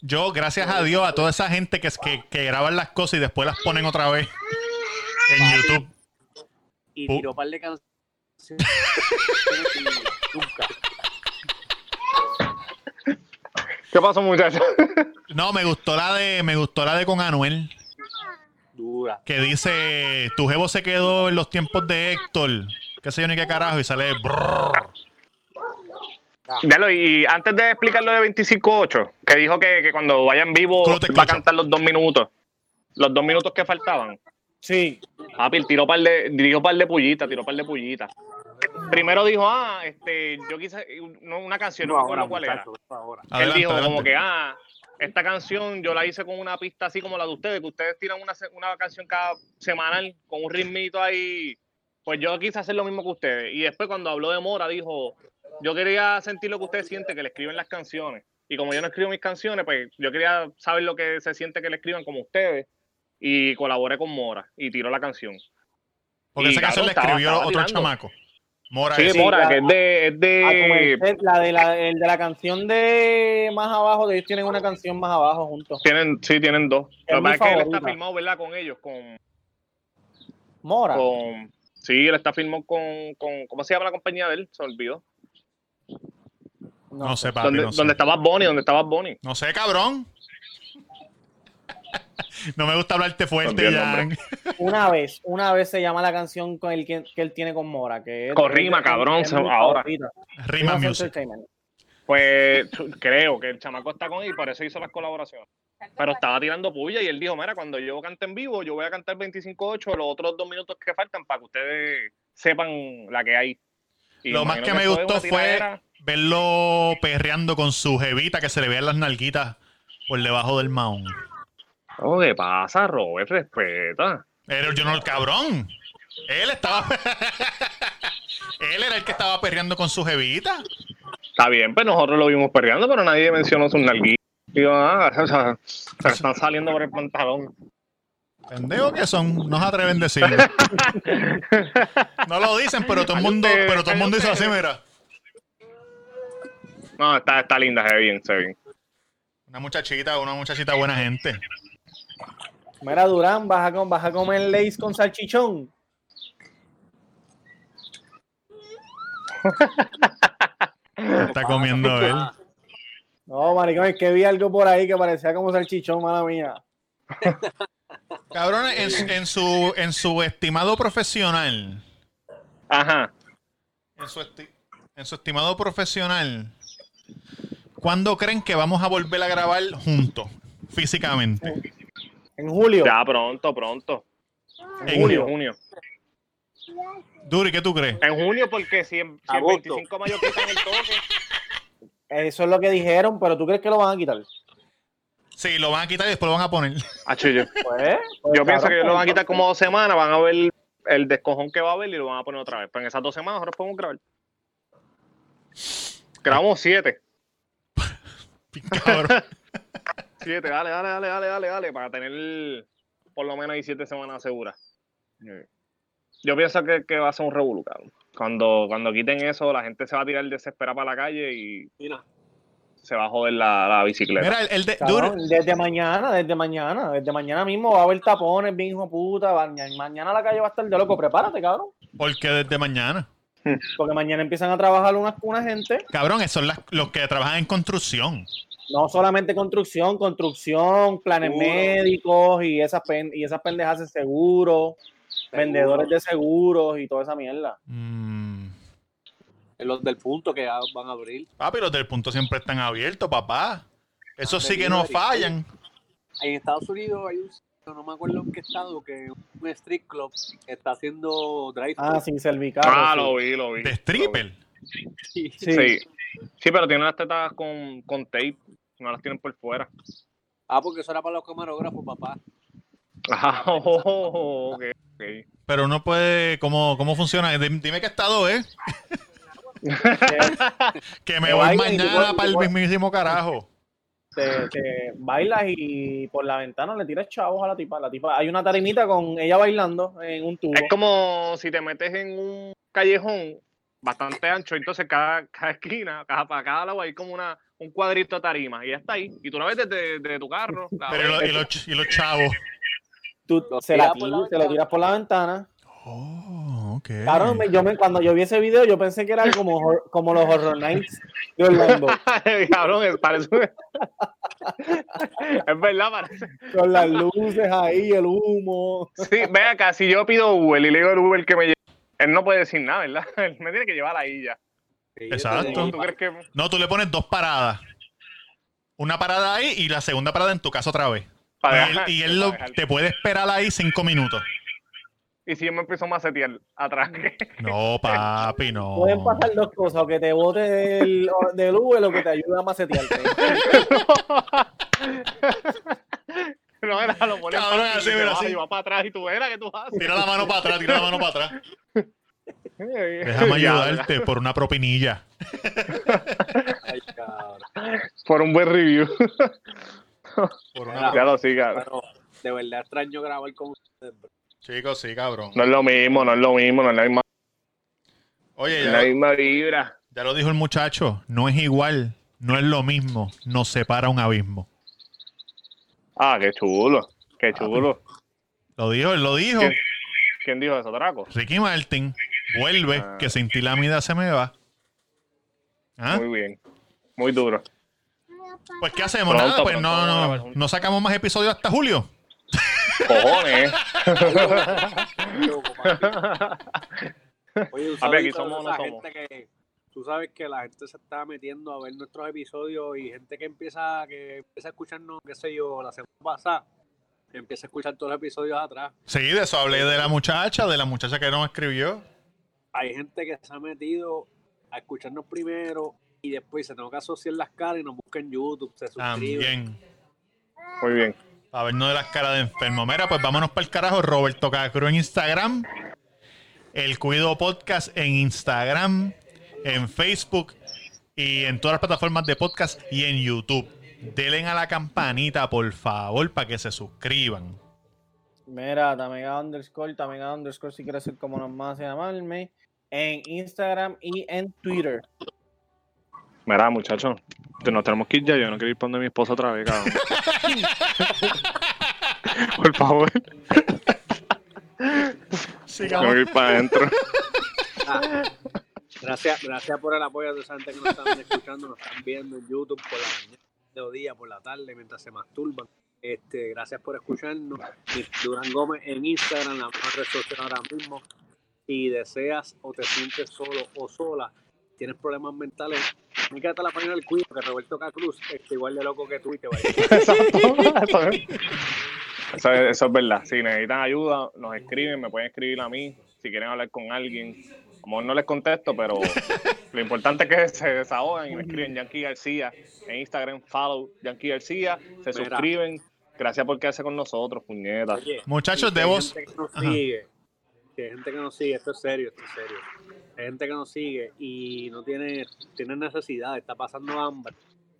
S1: Yo, gracias a Dios, a toda esa gente que, es- que, que graban las cosas y después las ponen otra vez en YouTube.
S4: Y
S1: Pu-
S4: tiró un par de canciones. y nunca.
S2: ¿Qué pasó, muchachos?
S1: No, me gustó la de, me gustó la de con Anuel.
S4: Dura.
S1: que dice tu jevo se quedó en los tiempos de Héctor qué sé yo ni qué carajo y sale brrr.
S2: Dalo, y antes de explicar lo de 25.8, que dijo que, que cuando vaya en vivo
S1: Tú no te
S2: va a
S1: escuchas.
S2: cantar los dos minutos. Los dos minutos que faltaban.
S5: Sí.
S2: Papi, tiró par de, dijo par de pullitas, tiró par de pullitas. Primero dijo, ah, este, yo quise no, una canción, no me acuerdo cuál era.
S4: muchacho, ahora.
S2: Él
S1: Adelante,
S2: dijo
S1: adelante.
S2: como que, ah, esta canción yo la hice con una pista así como la de ustedes, que ustedes tiran una, se- una canción cada semanal con un ritmito ahí. Pues yo quise hacer lo mismo que ustedes. Y después cuando habló de Mora dijo, yo quería sentir lo que ustedes sienten que le escriben las canciones. Y como yo no escribo mis canciones, pues yo quería saber lo que se siente que le escriban como ustedes. Y colaboré con Mora y tiró la canción.
S1: porque
S2: Y
S1: esa canción
S2: cabrón,
S1: la
S2: estaba-
S1: escribió
S2: estaba
S1: otro
S2: tirando.
S1: chamaco Mora
S2: Sí,
S1: es-
S5: sí,
S2: Mora,
S5: la-
S2: que es de... Es
S5: Ah, como
S2: de
S5: el set, la de la, el de la canción de más abajo, de ellos tienen una canción más abajo juntos.
S2: tienen, sí, tienen dos. Lo que
S5: Es mi
S2: pasa es que él está
S5: favorita.
S2: filmado, ¿verdad? Con ellos, con...
S5: Mora.
S2: con sí, él está firmado con, con ¿cómo se llama la compañía de él? Se olvidó.
S1: no sé papi
S2: ¿Dónde,
S1: no sé.
S2: dónde está Bad Bunny? ¿Dónde está Bad Bunny?
S1: No sé, cabrón no me gusta hablarte fuerte
S2: Cambié el
S1: ya
S2: nombre.
S5: Una vez, una vez se llama la canción con el que, que él tiene con Mora. Que es-
S2: Con rima,
S5: es-
S2: cabrón,
S5: es mi
S2: ahora.
S5: favorita.
S1: Rima
S5: Rima
S1: Music
S5: Entertainment.
S2: Pues creo que el chamaco está con él y por eso hizo las colaboraciones. Pero estaba tirando puya y él dijo, mira, cuando yo cante en vivo, yo voy a cantar 25-8, los otros dos minutos que faltan para que ustedes sepan la que hay. Y
S1: Lo más que
S2: imagino
S1: me
S2: eso es
S1: gustó
S2: una
S1: fue
S2: tiradera.
S1: verlo perreando con su jevita que se le vean las nalguitas por debajo del maón
S2: Oh, ¿Qué pasa, Robert? Respeta.
S1: Pero yo no el cabrón. Él estaba. Él era el que estaba perreando con su jevita.
S2: Está bien, pues nosotros lo vimos perreando, pero nadie mencionó sus nalguitas. Digo, ah, o sea, se están saliendo por el pantalón.
S1: Pendejo que son, no se atreven a decirlo. No lo dicen, pero todo el mundo, pero todo el mundo hizo así, mira.
S2: No, está, está linda, se ve bien, se ve bien.
S1: Una muchachita, una muchachita buena gente.
S5: Mira, Durán, vas a, com- vas a comer Lays con salchichón.
S1: Está comiendo ¿eh? él.
S4: Ah,
S5: No, maricón, es que vi algo por ahí que parecía como salchichón, mala mía.
S1: Cabrón, en, su- en su en su estimado profesional,
S2: Ajá.
S1: en su, esti- en su estimado profesional, ¿cuándo creen que vamos a volver a grabar juntos, físicamente?
S5: En julio.
S2: Ya pronto, pronto.
S5: en
S1: en
S2: Junio,
S5: julio.
S2: junio.
S1: Duri, ¿qué tú crees?
S2: En junio, porque si, en- si el
S4: Agosto.
S2: 25 de mayo quitan el toque.
S5: Eso es lo que dijeron, pero ¿tú crees que lo van a quitar?
S1: Sí, lo van a quitar y después lo van a poner.
S2: yo
S5: Pues,
S2: pienso que ellos lo van a quitar como dos semanas, van a ver el descojón que va a haber y lo van a poner otra vez. Pero en esas dos semanas nosotros podemos grabar. Grabamos siete.
S1: Cabrón.
S2: Siete, dale, dale, dale, dale, dale, dale, para tener por lo menos ahí siete semanas seguras. Yo pienso que, que va a ser un revolucado. Cuando, cuando quiten eso, la gente se va a tirar desesperada para la calle y
S4: Mira,
S2: se va a joder la, la bicicleta.
S1: Mira, el, el de,
S5: pues, Cabrón,
S1: duro-
S5: desde mañana, desde mañana, desde mañana mismo va a haber tapones, bien hijo de puta. va- ma- mañana la calle va a estar de loco. Prepárate, cabrón.
S1: porque desde mañana.
S5: Porque mañana empiezan a trabajar una, una gente,
S1: Cabrón, esos son las- los que trabajan en construcción.
S5: no solamente construcción, construcción, planes
S4: Seguro.
S5: médicos y esas, pen- y esas pendejas de seguro, vendedores de seguros y toda esa mierda.
S1: Mm.
S4: los del punto que ya van a abrir.
S1: Papi, los del punto siempre están abiertos, papá. Esos sí que no
S4: Delivery.
S1: fallan.
S4: En Estados Unidos hay un sitio, no me acuerdo en qué estado, que un street club está haciendo drive
S5: Ah, sin cervical.
S2: Ah, lo vi, lo vi.
S1: De
S2: Lo
S1: stripper.
S4: sí.
S2: vi. Sí. sí, pero tienen las tetas con, con tape, no las tienen por fuera.
S4: Ah, porque eso era para los camarógrafos, papá.
S2: Ah, oh, ok, ok.
S1: Pero uno puede. ¿Cómo, cómo funciona? Dim- Dime qué estado es. Que me
S5: Que
S1: voy
S5: vayan y te
S1: mañana para
S5: puedan- te
S1: el
S5: puedan-
S1: mismísimo carajo.
S5: te, te bailas y por la ventana le tiras chavos a la tipa. La tipa, hay una tarimita con ella bailando en un tubo.
S2: Es como si te metes en un callejón bastante ancho, entonces cada, cada esquina, cada, para cada lado hay como una, un cuadrito de tarima y ya está ahí. Y tú la ves desde, desde tu carro. la
S1: Pero y los,
S2: ves.
S1: y los ch- y los chavos.
S5: Tú
S4: Lo
S5: se, la
S4: tiras por la
S5: tiras- se
S4: ventana.
S5: lo tiras por la ventana.
S1: Oh, ok.
S5: Claro, me- yo me- cuando yo vi ese video, yo pensé que era como, hor- como los Horror Nights de Orlando.
S2: Cabrón, es- parece un- Es verdad, parece.
S5: Con las luces ahí, el humo.
S2: Sí, ve acá, si yo pido Uber y le digo al Uber que me lleve, él no puede decir nada, ¿verdad? Él me tiene que llevar ahí ya.
S4: Sí,
S1: Exacto.
S4: eso
S2: ¿Tú,
S4: es-
S2: tú crees que.?
S1: No, tú le pones dos paradas. Una parada ahí y la segunda parada en tu casa otra vez.
S2: para
S1: y él,
S2: dejar-
S1: y él lo-
S2: para dejar?
S1: te puede esperar ahí cinco minutos.
S2: ¿Y si yo me empiezo a macetear atrás.
S1: No, papi, no.
S5: Pueden pasar dos cosas, o que te bote del, o- del Uber o que te ayude a macetearte.
S2: No, era lo pones
S1: Cabrón,
S2: fácil y
S1: así,
S2: te
S1: mira,
S2: vas,
S1: así.
S2: y vas para atrás y tú verás que tú haces.
S1: Tira la mano para atrás, tira la mano para atrás. Déjame
S2: Déjame
S1: ayudarte por una propinilla.
S4: Ay, cabrón.
S2: Por un buen review.
S1: Por
S4: una-
S2: Ya lo sí, cabrón.
S4: Pero de verdad extraño grabar con ustedes, bro.
S1: Chicos, sí, cabrón.
S2: No es lo mismo, no es lo mismo, no es la misma,
S1: Oye,
S2: la
S1: ya,
S2: misma vibra.
S1: ya lo dijo el muchacho. No es igual, no es lo mismo. Nos separa un abismo.
S2: Ah, qué chulo,
S1: Ah.
S2: qué chulo.
S1: Lo dijo, él lo dijo.
S2: ¿Quién, quién dijo eso, Draco?
S1: Ricky Martin, vuelve,
S2: Ah.
S1: que sin ti la vida se me va. ¿Ah?
S2: Muy bien, muy duro.
S1: Pues, ¿qué hacemos?
S2: Pronto,
S1: Nada, pues
S2: pronto
S1: no,
S2: vamos a
S1: no,
S2: grabar.
S1: no sacamos más episodios hasta julio.
S2: Cojones.
S4: Loco, papi. Oye, un
S2: Papi, aquí
S4: saludito
S2: somos
S4: a
S2: no
S4: esa
S2: somos.
S4: gente que tú sabes que la gente se está metiendo a ver nuestros episodios y gente que empieza que empieza a escucharnos, qué sé yo, la semana pasada, empieza a escuchar todos los episodios atrás.
S1: Sí, de eso hablé de la muchacha, de la muchacha que nos escribió.
S4: Hay gente que se ha metido a escucharnos primero y después se tengo que asociar las caras y nos buscan en YouTube, se suscriben.
S1: También.
S2: Muy bien.
S1: A vernos de las caras de enfermo. Mira, pues vámonos para el carajo. Roberto Cacru en Instagram. El Cuido Podcast en Instagram, en Facebook y en todas las plataformas de podcast y en YouTube. Denle a la campanita, por favor, para que se suscriban.
S5: Mira, Tamega underscore, Tamega underscore, si quieres ser como nos más llamarme. En Instagram y en Twitter.
S2: Mira, muchachos, que nos tenemos que ir ya. Yo no quiero ir para donde mi esposa otra vez, cabrón. Por favor, tengo que ir para adentro.
S4: Gracias, gracias por el apoyo de esa gente que nos están escuchando, nos están viendo en YouTube por la mañana, mediodía, por la tarde, mientras se masturban. Este, gracias por escucharnos. Y Durán Gómez en Instagram, la más red social ahora mismo. Si deseas o te sientes solo o sola, tienes problemas mentales, fíjate la página del cuido que Roberto Cacruz es igual de loco que tú y te va a ir.
S2: Exacto. Eso es. Eso es, eso es verdad. Si necesitan ayuda, nos escriben, me pueden escribir a mí. Si quieren hablar con alguien, a lo mejor no les contesto, pero lo importante es que se desahogan y me escriben Yankee García en Instagram, follow Yankee García, se
S4: Mira.
S2: suscriben. Gracias por quedarse con nosotros, puñetas.
S4: Oye,
S1: Muchachos,
S4: y que
S1: de
S4: hay
S1: voz.
S4: gente que nos
S1: Ajá.
S4: sigue, que hay gente que nos sigue, esto es serio, esto es serio. Hay gente que nos sigue y no tiene, tiene necesidad, está pasando hambre.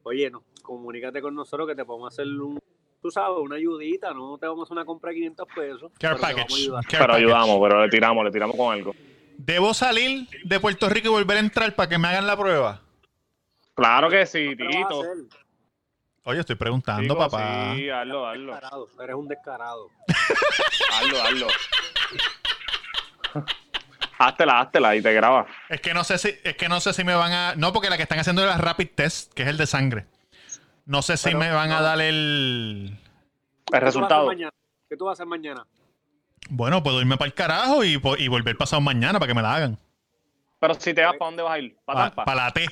S4: Oye, no, comunícate con nosotros que te podemos hacer un, tú sabes, una ayudita, no te vamos a hacer una compra de 500 pesos.
S1: Care
S4: pero te vamos a
S1: package.
S4: ayudar.
S1: care
S2: Pero
S1: package.
S2: ayudamos, pero le tiramos, le tiramos con algo.
S1: ¿Debo salir de Puerto Rico y volver a entrar para que me hagan la prueba?
S2: Claro que sí,
S4: ¿Qué lo vas a
S2: Tito.
S4: hacer?
S1: Oye, estoy preguntando,
S2: Chico,
S1: papá.
S2: Sí, hazlo, hazlo.
S4: Descarado, Eres un descarado.
S2: Hazlo, hazlo. háztela, háztela y te graba.
S1: Es que no sé si, es que no sé si me van a. No, porque la que están haciendo es la rapid test, que es el de sangre. No sé si
S4: Pero,
S1: me van a
S4: no.
S1: dar el.
S2: El
S4: ¿Qué tú vas a hacer
S2: resultado.
S4: mañana? ¿Qué tú vas a hacer mañana?
S1: Bueno, puedo irme para el carajo y, po- y volver pasado mañana para que me la hagan.
S2: Pero si te vas, ¿para dónde vas a ir? ¿Para
S1: Para
S2: Tampa?
S1: la T.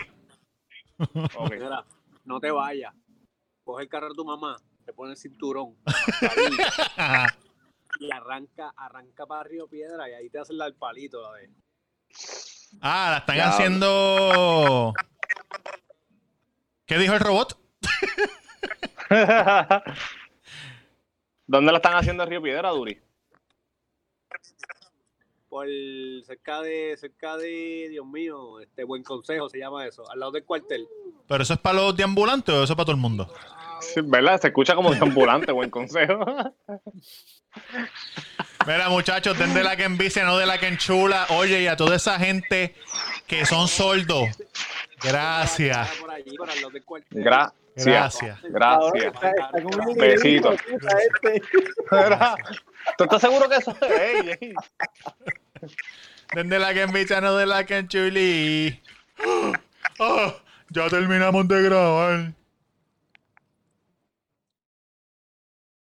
S2: Ok.
S4: Mira, no te vayas. Coge el carro de tu mamá, te pone el cinturón carilla,
S1: Ajá.
S4: y arranca, arranca para Río Piedra y ahí te hacen la del palito. La de.
S1: Ah, la están
S2: Diablo.
S1: haciendo. ¿Qué dijo el robot?
S2: ¿Dónde la están haciendo en Río Piedra, Duri?
S4: Por cerca de, cerca de, Dios mío, este buen consejo se llama eso, al lado del cuartel.
S1: ¿Pero eso es para los deambulantes o eso es para todo el mundo?
S2: Sí, ¿Verdad? Se escucha como de ambulante, buen consejo.
S1: Mira, muchachos, den de la que envicia, no de la que enchula. Oye, y a toda esa gente que son sordos. Gracias.
S4: Por allí, por al lado del cuartel.
S2: Gracias.
S1: Gracias.
S5: Ahora
S2: Gracias.
S5: está- está con un
S2: Besito.
S5: idiota este.
S2: Mira, ¿Tú estás seguro que eso es? Ey, ey.
S1: Den de la que envicia, no de la que enchulí. Ah, ya terminamos de grabar.